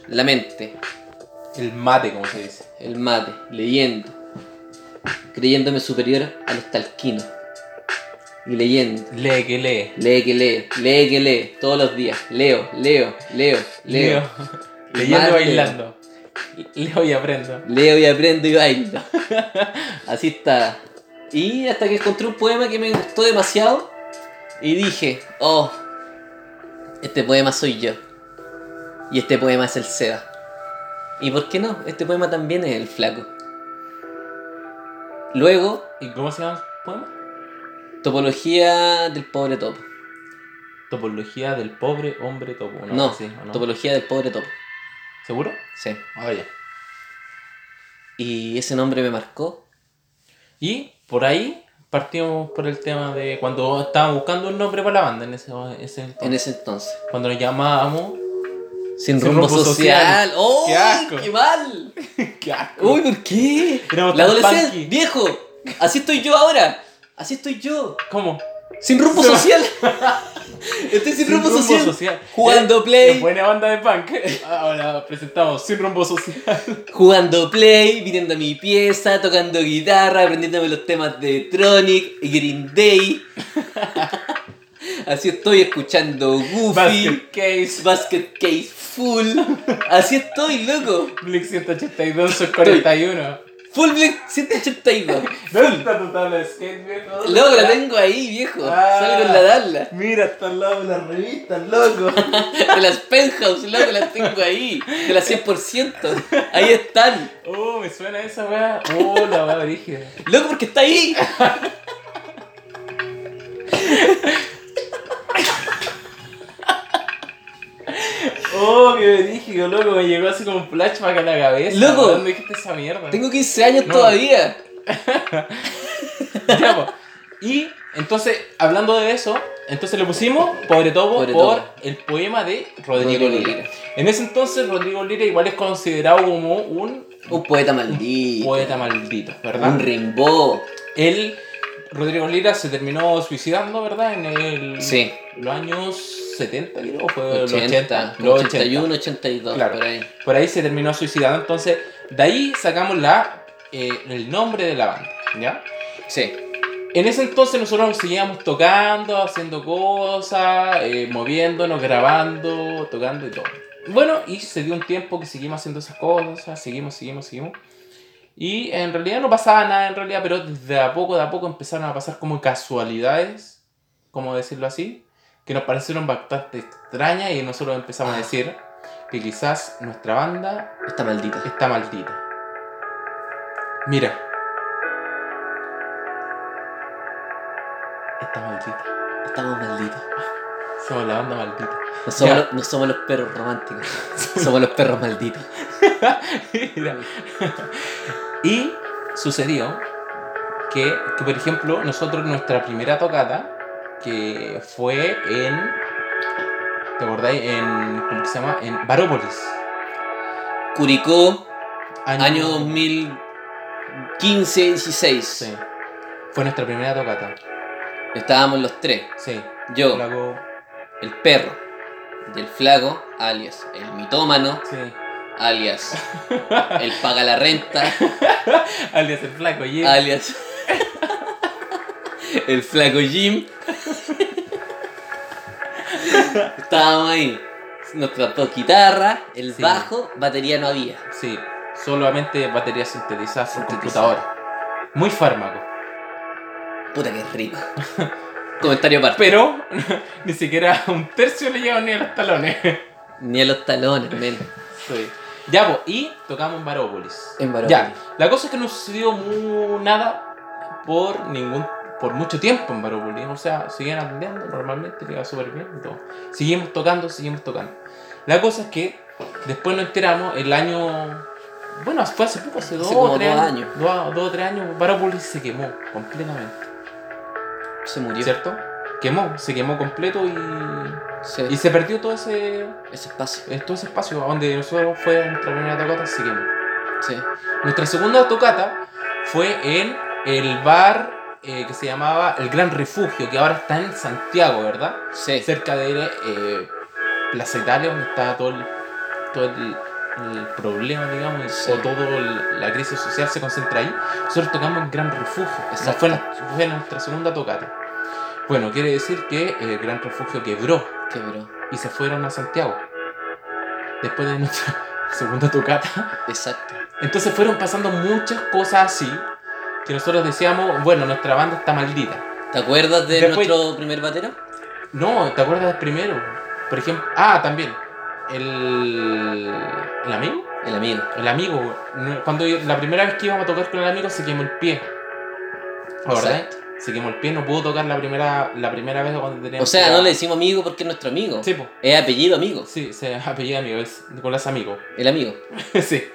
la mente, El mate, como se dice. el mate, leyendo. Creyéndome superior a los talquinos. Y leyendo. Lee, que lee. Lee que lee, lee que lee, todos los días. Leo, leo, leo, leo. Leo. Leyendo Mate. y bailando. Leo y aprendo. Leo y aprendo y bailo. Así está. Y hasta que encontré un poema que me gustó demasiado y dije, oh, este poema soy yo. Y este poema es el Seba. ¿Y por qué no? Este poema también es el flaco. Luego, ¿Y cómo se llama el poema? topología del pobre topo. Topología del pobre hombre topo. No, sí, ¿o no? topología del pobre topo. ¿Seguro? Sí. Oye. Y ese nombre me marcó. Y por ahí partimos por el tema de cuando estábamos buscando un nombre para la banda en ese, ese entonces. En ese entonces. Cuando nos llamábamos. Sin, Sin rumbo, rumbo social. social. ¡Oh! ¡Qué asco! ¡Qué mal! ¡Qué asco! Uy, ¿por qué? Éramos la tan adolescencia, punky. viejo. Así estoy yo ahora. Así estoy yo. ¿Cómo? Sin rumbo Se va. social. estoy sin, rumbo, social. Jugando Eh, play. Buena banda de punk. Ahora presentamos Sin Rumbo Social. Jugando play, viniendo a mi pieza, tocando guitarra, aprendiéndome los temas de Tronic y Green Day. Así estoy escuchando Goofy, Basket Case. Basket Case Full. Así estoy, loco. Blink 182, son 41. Full Blink 182. ¿Dónde está tu tabla de skate, viejo? ¿Dónde Loco, la está? tengo ahí, viejo. Ah. Salgo en la tabla. Mira, está al lado de las revistas, loco. De las penthouse, loco, las tengo ahí. De las 100%. Ahí están. Oh, me suena esa weá. Oh, la weá brígida. Loco, porque está ahí. Oh, qué brígido, loco. Me llegó así como un flashback a la cabeza. Loco. ¿Dónde dijiste esa mierda? Tengo 15 años No. todavía. Ya, po. Y entonces, hablando de eso, entonces le pusimos Pobre Topo Pobre por Topo. el poema de Rodrigo, Rodrigo Lira. Lira. En ese entonces, Rodrigo Lira igual es considerado como un Un poeta maldito. poeta maldito, ¿verdad? Un rimbo. Él, Rodrigo Lira, se terminó suicidando, ¿verdad? En el, Sí. los años 70, creo, o fue los 80, 80. Los 81, 82, Claro. por ahí. Por ahí se terminó suicidando, entonces de ahí sacamos la, eh, el nombre de la banda, ¿ya? Sí. En ese entonces nosotros seguíamos tocando, haciendo cosas, eh, moviéndonos, grabando, tocando y todo. Bueno, y se dio un tiempo que seguimos haciendo esas cosas, seguimos, seguimos, seguimos. Y en realidad no pasaba nada en realidad, pero de a poco, de a poco empezaron a pasar como casualidades, como decirlo así, que nos parecieron bastante extrañas y nosotros empezamos a decir que quizás nuestra banda Está maldita. está maldita. Mira. Está maldita. Estamos malditos. Somos la banda maldita. No somos, Ya. los, no somos los perros románticos. somos los perros malditos. Mira. y sucedió que, que, por ejemplo, nosotros nuestra primera tocata, que fue en... ¿Te acordáis? En... ¿Cómo que se llama? En Barópolis. Curicó, año 2015, 16. Sí. Fue nuestra primera tocata. Estábamos los tres. Sí. Yo, Flaco- el perro. Y el flaco, alias el mitómano, Sí. alias el paga la renta, Alias el flaco, oye. alias el flaco Jim. Estábamos ahí. Nos trató guitarra, el Sí. bajo, batería no había. Sí, solamente batería sintetizada por Sintetizada. computadora. Muy fármaco. Puta que rico. Comentario aparte. Pero ni siquiera un tercio le llevan ni a los talones. Ni a los talones, men. Sí. Ya, po, y tocamos en Barópolis. En Barópolis. Ya, la cosa es que no sucedió mu- nada por ningún por mucho tiempo en Barópolis. O sea, seguían atendiendo normalmente, le iba súper bien y todo. Seguimos tocando, seguimos tocando. La cosa es que después nos enteramos el año. Bueno, fue hace poco, hace dos como o tres dos años. Dos, dos o tres años, Barópolis se quemó completamente. Se murió. ¿Cierto? Quemó, se quemó completo y, Sí, y se perdió todo ese, Ese espacio. eh, todo ese espacio donde nosotros fue nuestra primera tocata, se quemó. Sí. Nuestra segunda tocata fue en el bar eh, que se llamaba El Gran Refugio, que ahora está en Santiago, ¿verdad? Sí. Cerca de eh, Plaza Italia, donde estaba todo el, todo el, el problema, digamos, Sí. o toda la crisis social se concentra ahí. Nosotros tocamos en Gran Refugio. Esa Exacto. fue, la- fue nuestra segunda tocata. Bueno, quiere decir que eh, Gran Refugio quebró Quebró. y se fueron a Santiago. Después de nuestra segunda tocata. Exacto. Entonces fueron pasando muchas cosas así que nosotros decíamos, bueno, nuestra banda está maldita. ¿Te acuerdas de Después- nuestro primer batero? No, ¿te acuerdas del primero? Por ejemplo, ah, también. El, el amigo. El amigo. El amigo. no- Cuando yo- la primera vez que íbamos a tocar con el amigo se quemó el pie. ¿La ¿Verdad? Exacto. Se quemó el pie, no pudo tocar la primera, la primera vez cuando O teníamos. sea, que- no le decimos amigo porque es nuestro amigo. Sí, po. Es apellido amigo. sí, se apellida amigo, es Nicolás Amigo. El amigo. sí.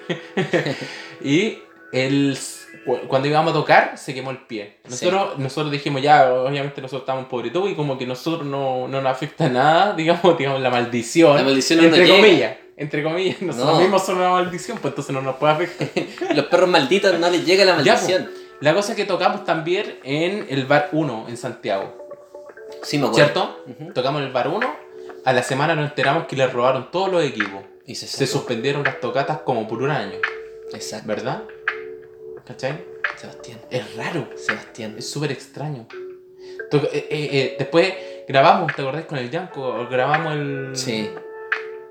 y el, cu- cuando íbamos a tocar, se quemó el pie. Nosotros, nosotros dijimos, ya, obviamente nosotros estamos pobretones y como que nosotros no, no nos afecta nada, digamos, digamos, la maldición. La maldición no entre nos llega. comillas. Entre comillas, nosotros No. mismos somos una maldición, pues entonces no nos puede afectar. Los perros malditos no les llega la Ya, po. maldición. La cosa es que tocamos también en el Bar 1 en Santiago, Sí, me acuerdo. ¿cierto? Ujú. Tocamos en el Bar 1, a la semana nos enteramos que le robaron todos los equipos. Y se, Se sacó. suspendieron las tocatas como por un año, Exacto. ¿verdad? ¿Cachai? Sebastián. Es raro, Sebastián. es súper extraño. To- eh, eh, eh, después grabamos, ¿te acordás con el Yanko? Grabamos el. Sí.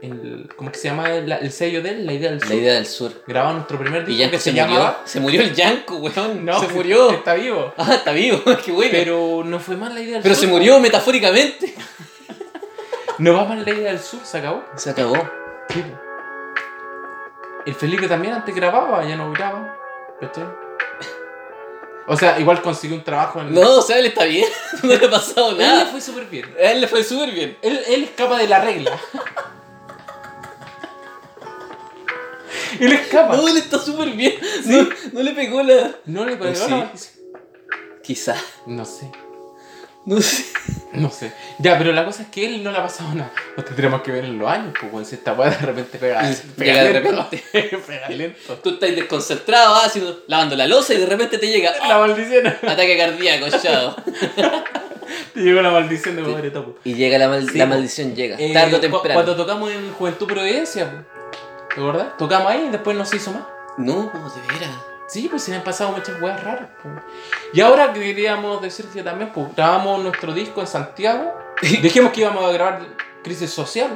el, ¿cómo que se llama el, el sello de él? La idea del sur. La idea del sur. Grabamos nuestro primer Y disco Yanko que se, se, murió. llamaba... Se murió el Yanko, weón. No, se murió. Está vivo. Ah, está vivo, qué bueno. Pero, Pero no fue más la idea del pero sur. se murió metafóricamente. No va más la idea del sur, se acabó. Se acabó. El Felipe también antes grababa, ya no graba. ¿Cachai? O sea, igual consiguió un trabajo en No, o sea, él está bien. No le ha pasado Él le nada. fue súper bien. A él le fue súper bien. Él, él escapa de la regla. él escapa. No, él está súper bien. No, no le pegó la. No le Pues pegó sí. la maldición. Quizá. No sé, No sé. no sé. Ya, pero la cosa es que él no le ha pasado nada. Nos tendremos que ver en los años, pues bueno, si esta weá de repente pega, Y pega llega de lento. pega lento. Tú estás desconcentrado, ah, haciendo, lavando la losa y de repente te llega. La maldición. ¡ah! ataque cardíaco, chao. Te llegó la maldición de Padre Topo. Y llega la, mal- Sí. la maldición, llega. Eh, tarde o cu- temprano. Cuando tocamos en Juventud Providencia, pues, ¿te acordás? Tocamos ahí y después no se hizo más. No, de veras. Sí, pues se me han pasado muchas weas raras. pues. Y ahora queríamos decir que también pues, grabamos nuestro disco en Santiago. Dijimos que íbamos a grabar Crisis Social.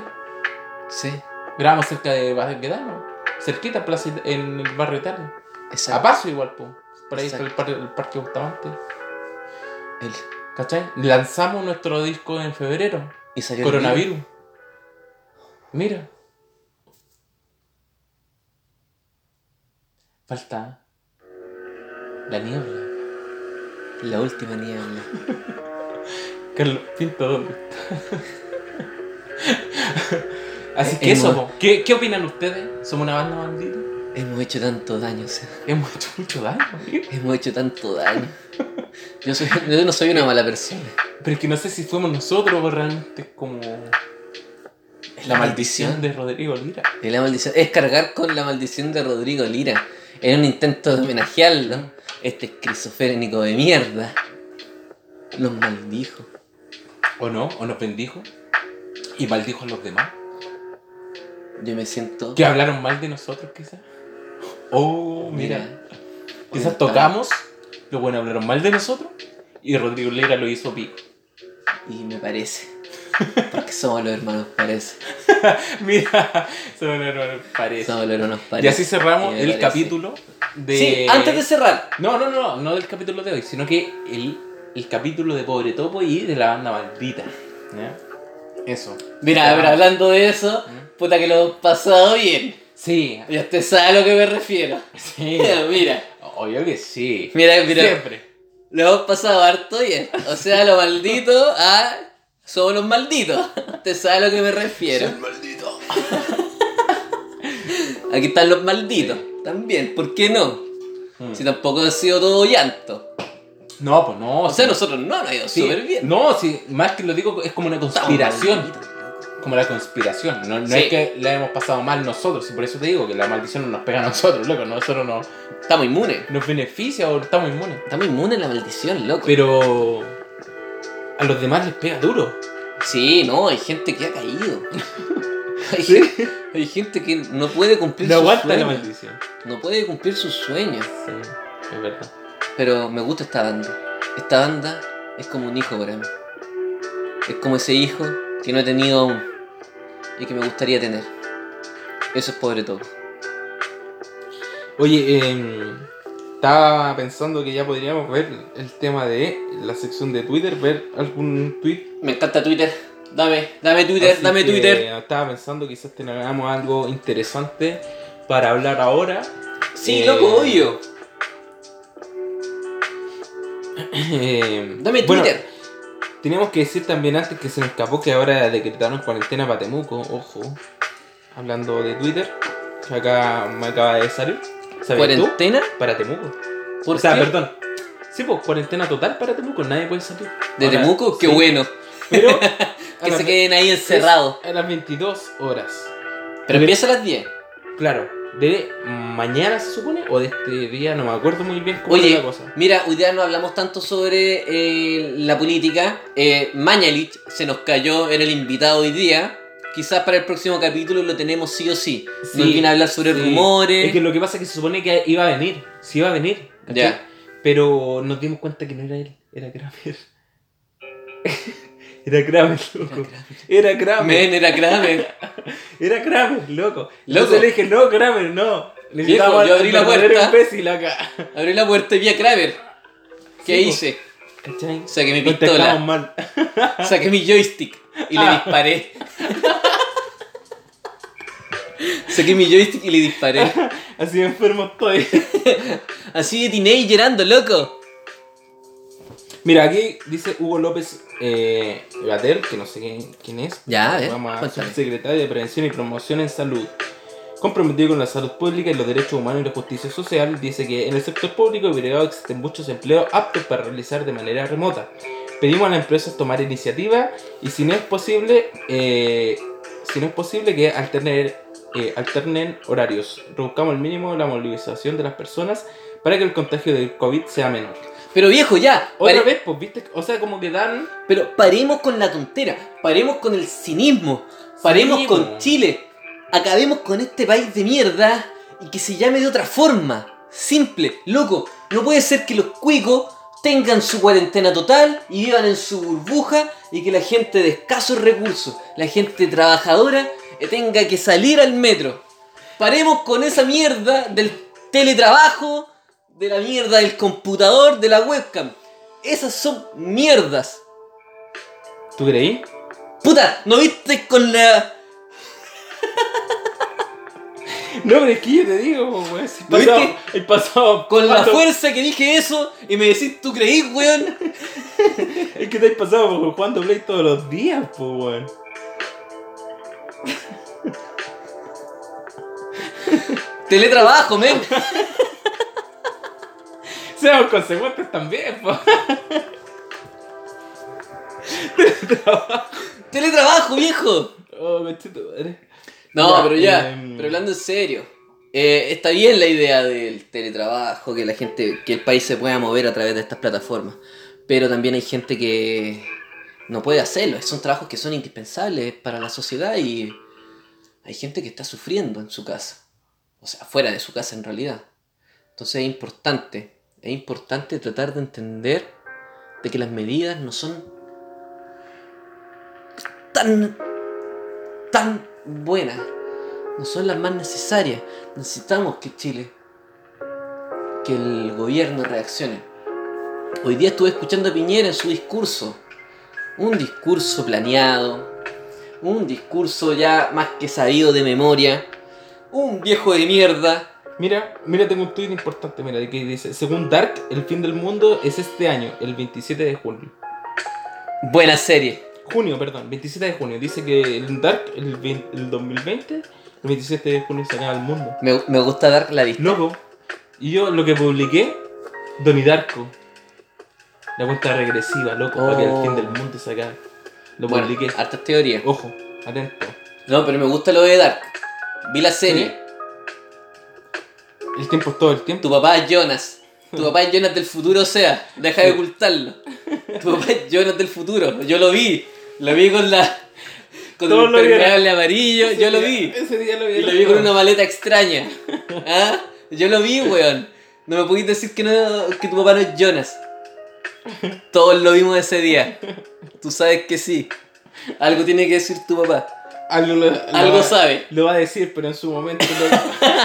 Sí, Grabamos cerca de Baquedano, cerquita en Plaza Ita- en el barrio Italia. A exacto. paso igual, pues. Por ahí está el, par- el Parque Bustamante. Él. ¿Cachai? Lanzamos nuestro disco en febrero. Y salió el Coronavirus. Mira. Falta la niebla. virus. La última niebla. Carlos Pinto, ¿dónde está? Así que Hemos- eso, po. ¿qué, ¿qué opinan ustedes? ¿Somos una banda bandida? Hemos hecho tanto daño, o sea, Hemos hecho mucho daño. mira. hemos hecho tanto daño. Yo, soy, yo no soy una mala persona. Pero es que no sé si fuimos nosotros o realmente es como la maldición de Rodrigo Lira. Es la maldición. Es cargar con la maldición de Rodrigo Lira. En un intento de homenajearlo. Este esquizofrénico de mierda. Los maldijo. ¿O no? ¿O nos bendijo? ¿Y maldijo a los demás? Yo me siento. ¿Que hablaron mal de nosotros quizás? Oh, mira. Quizás Oriental. tocamos, los buenos hablaron mal de nosotros y Rodrigo Lira lo hizo pico. Y me parece. Porque somos los hermanos, parece. Mira, se me olvidó, parece. Somos los hermanos, Y parece. así cerramos Y me el parece. capítulo de... Sí, antes de cerrar. No, no, no, no del capítulo de hoy, sino que el, el capítulo de Pobre Topo y de la banda maldita. ¿ya? Eso. Mira, a ver, hablando de eso, puta que lo hemos pasado bien. Sí, Ya usted sabe a lo que me refiero. sí. Mira, Obvio que sí. mira, mira. Siempre. Lo hemos pasado harto bien. O sea, lo maldito a. Somos los malditos. Usted sabe a lo que me refiero. maldito. Aquí están los malditos. También, ¿por qué no? Mm. Si tampoco ha sido todo llanto. No, pues no. O sea, nosotros no nos ha ido sí. súper bien. No, sí, más que lo digo, es como una Estamos conspiración. malditos. Como la conspiración. No, no Sí. es que la hemos pasado mal nosotros, y por eso te digo que la maldición no nos pega a nosotros, loco. Nosotros no, Estamos inmunes. nos beneficia o estamos inmunes. Estamos inmunes a la maldición, loco. Pero a los demás les pega duro. Sí, no, hay gente que ha caído. hay, Sí. gente, hay gente que no puede cumplir No sus aguanta la sueños. maldición. no puede cumplir sus sueños. Sí, es verdad. Pero me gusta esta banda. Esta banda es como un hijo para mí. Es como ese hijo que no he tenido aún y que me gustaría tener. Eso es pobre todo. Oye, eh, estaba pensando que ya podríamos ver el tema de la sección de Twitter, ver algún tweet. Me encanta Twitter. Dame, dame Twitter, Así dame que Twitter. Estaba pensando quizás tengamos algo interesante para hablar ahora. Sí, eh, loco, obvio. Eh, Dame bueno, Twitter. Tenemos que decir también antes que se me escapó que ahora decretaron cuarentena para Temuco, ojo. Hablando de Twitter, que acá me acaba de salir. ¿Sabes tú? ¿Cuarentena? Para Temuco. ¿Por o sea, qué? perdón. Sí, pues cuarentena total para Temuco, nadie puede salir. ¿De Ahora, Temuco? Qué sí, bueno. Pero a Que las se queden ahí encerrados. A las 22 horas. Pero empieza a las 10. Claro, de mañana se supone o de este día, no me acuerdo muy bien cómo Oye, era la cosa. mira, hoy día no hablamos tanto sobre eh, la política. Eh, Mañalich se nos cayó, era el invitado hoy día. Quizás para el próximo capítulo lo tenemos sí o sí. Sí, Nos viene a hablar sobre sí. rumores. Es que lo que pasa es que se supone que iba a venir, sí iba a venir. ¿cachai? Ya. Pero nos dimos cuenta que no era él, era Kramer. Era Kramer, loco. Era Kramer. Men, era Kramer. Era Kramer, loco. Loco. Entonces le dije, no, Kramer, no. Viejo, yo abrí la al verdadero puerta. imbécil acá. Abrí la puerta y vi a Kramer. ¿Qué Sí, po. hice? ¿Cachai? Saqué mi Contestamos pistola, mal. saqué mi joystick y Ah. le disparé. Saqué mi joystick y le disparé. Así de enfermo estoy. Así de teenager ando, loco. Mira, aquí dice Hugo López eh, Gater, que no sé quién, quién es. Ya, a ver, Vamos a cuéntame. ser secretario de Prevención y Promoción en Salud. Comprometido con la salud pública y los derechos humanos y la justicia social, dice que en el sector público y privado existen muchos empleos aptos para realizar de manera remota. Pedimos a las empresas tomar iniciativa y si no es posible, eh, si no es posible que alternen, eh, alternen horarios. Rebuscamos el mínimo de la movilización de las personas para que el contagio del COVID sea menor. Pero viejo, ya. Otra pare- vez, pues viste, o sea, como que dan. Pero paremos con la tontera. Paremos con el cinismo. Paremos Sí, con po. Chile. Acabemos con este país de mierda y que se llame de otra forma. Simple, loco. No puede ser que los cuicos tengan su cuarentena total y vivan en su burbuja y que la gente de escasos recursos, la gente trabajadora, eh, tenga que salir al metro. Paremos con esa mierda del teletrabajo, de la mierda del computador, de la webcam. Esas son mierdas. ¿Tú creí? Puta, ¿no viste con la. No, pero es que yo te digo, pues, weón. si El ¿Lo pasado. viste? El pasado con la paso- fuerza que dije eso y me decís, ¿tú creí, weón? Es que te has pasado por jugando Play todos los días, pues, weón. Teletrabajo, men. Seamos consecuentes también, pues. Teletrabajo, viejo. Oh, conchito, madre. No, Ya, pero ya, em. pero hablando en serio. eh, está bien la idea del teletrabajo, que la gente, que el país se pueda mover a través de estas plataformas. Pero también hay gente que no puede hacerlo. Son trabajos que son indispensables para la sociedad y hay gente que está sufriendo en su casa. O sea, fuera de su casa en realidad. Entonces es importante, es importante tratar de entender de que las medidas no son tan tan buenas, no son las más necesarias. Necesitamos que Chile, que el gobierno reaccione. Hoy día estuve escuchando a Piñera en su discurso, un discurso planeado, un discurso ya más que sabido de memoria, un viejo de mierda. Mira, mira, tengo un tweet importante, mira, de que dice, según Dark, el fin del mundo es este año, el 27 de junio. Buena serie. Junio, perdón, 27 de junio. Dice que en Dark, el, 20 el 2020, el 27 de junio se acaba el mundo. Me, me gusta dar la vista. Loco. Y yo lo que publiqué, Donidarko. La cuenta regresiva, loco, para que el Oh. fin del mundo se acabe. Lo Bueno, publiqué. hartas teorías. Ojo, atento. No, pero me gusta lo de Dark. Vi la serie. El tiempo es todo el tiempo. Tu papá es Jonas. Tu papá es Jonas del futuro, o sea, deja de ocultarlo. Tu papá es Jonas del futuro. Yo lo vi. Lo vi con la. Con Todos el lo vieron. impermeable amarillo. Yo lo vi. Ese día lo vi. Y lo vi con una maleta extraña. ¿Ah? Yo lo vi, weón. No me pudiste decir que, no, que tu papá no es Jonas. Todos lo vimos ese día. Tú sabes que sí. Algo tiene que decir tu papá. Algo, lo- lo Algo va- sabe. Lo va a decir, pero en su momento. Loco.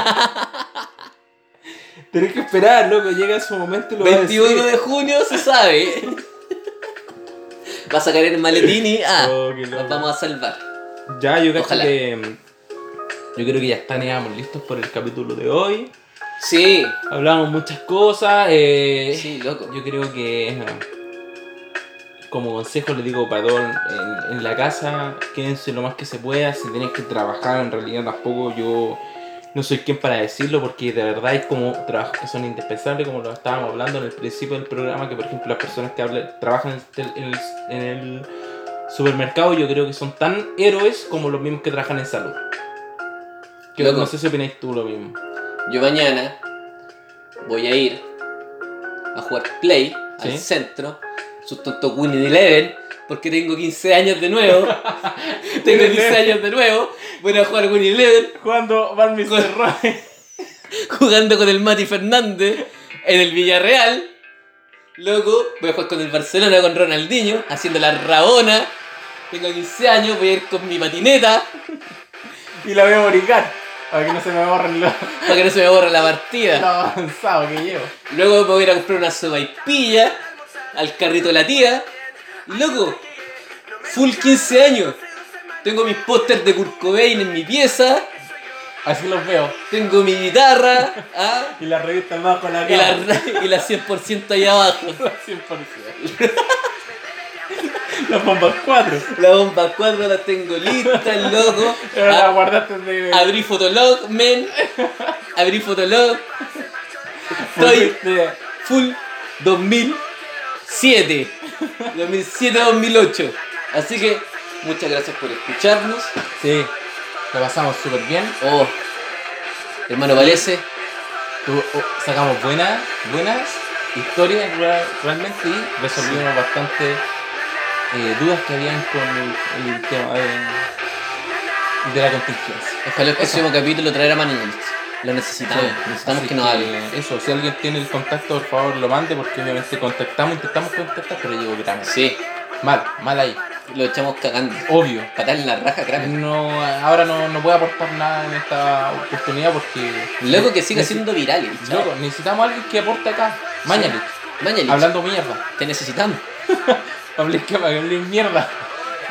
Tenés que esperar, loco. Llega su momento y lo va a 21 decir. de junio se sabe. Va a sacar el maletín y. Ah, Oh, qué loco. nos vamos a salvar. Ya, yo creo Ojalá. que. mm, Yo creo que ya están, digamos, listos por el capítulo de hoy. Sí, Hablamos muchas cosas. eh, sí, loco. Yo creo que mm, como consejo le digo para todos en, en la casa, quédense lo más que se pueda, si tienes que trabajar en realidad tampoco yo no soy quien para decirlo porque de verdad hay como trabajos que son indispensables, como lo estábamos hablando en el principio del programa, que por ejemplo las personas que hablan- trabajan en el tel- en el, en el supermercado yo creo que son tan héroes como los mismos que trabajan en salud. Yo Loco. no sé si opináis tú lo mismo. Yo mañana voy a ir a jugar Play al Sí. centro, sus tontos Winnie Eleven, porque tengo 15 años de nuevo. tengo 15 años de nuevo. Voy a jugar Winnie Eleven Cuando van mis jugando con el Mati Fernández en el Villarreal. Loco, voy a jugar con el Barcelona, con Ronaldinho, haciendo la rabona. Tengo 15 años, voy a ir con mi patineta Y la voy a brincar. Para que no se me borren los para que no se me borre la partida. lo avanzado que llevo. Luego me voy a ir a comprar una sopaipilla al carrito de la tía. Y loco, full 15 años. Tengo mis pósters de Kurt Cobain en mi pieza. Así los veo. Tengo mi guitarra. ¿ah? Y la revista más con la Y, la, cara. y la 100% ahí abajo. 100%. Las bombas 4. La bomba 4 la tengo lista, loco. Pero la Ah, guardaste de. Abrí Fotolog, men. Abrí Fotolog. Estoy volviste- full 2007. 2007-2008. Así que muchas gracias por escucharnos. Sí. Lo pasamos súper bien. Oh, hermano Valese, Tu- oh, sacamos buenas, buenas historias re- realmente y resolvimos bastante eh, dudas que habían con el, el tema eh, de la contingencia. ojalá el próximo capítulo traer a Manuel. Lo necesitamos, necesitamos Así que nos hable. Eso, si alguien tiene el contacto, por favor lo mande, porque obviamente contactamos, intentamos contactar, pero llegó Kramer. Sí, Mal, mal ahí, lo echamos cagando. obvio. Patar en la raja, Kramer. No, ahora no, no puedo aportar nada en esta oportunidad porque. Loco que siga Necesi- siendo viral. el chavo. Loco, necesitamos a alguien que aporte acá. Mañana, Mañalich, hablando mierda. te necesitamos. Hablé que hablé mierda.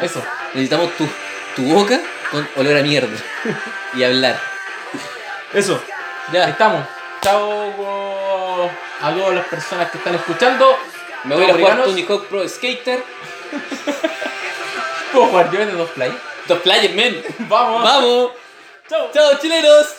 Eso. Necesitamos tu, tu boca con olor a mierda. y hablar. Eso. Ya. Estamos. Chao go- a todas las personas que están escuchando. Me voy a ir a jugar Americanos. Tony Hawk Pro Skater. Puedo jugar yo en el dos play. Dos players, men. Vamos. Vamos. Chao. Chao, chilenos.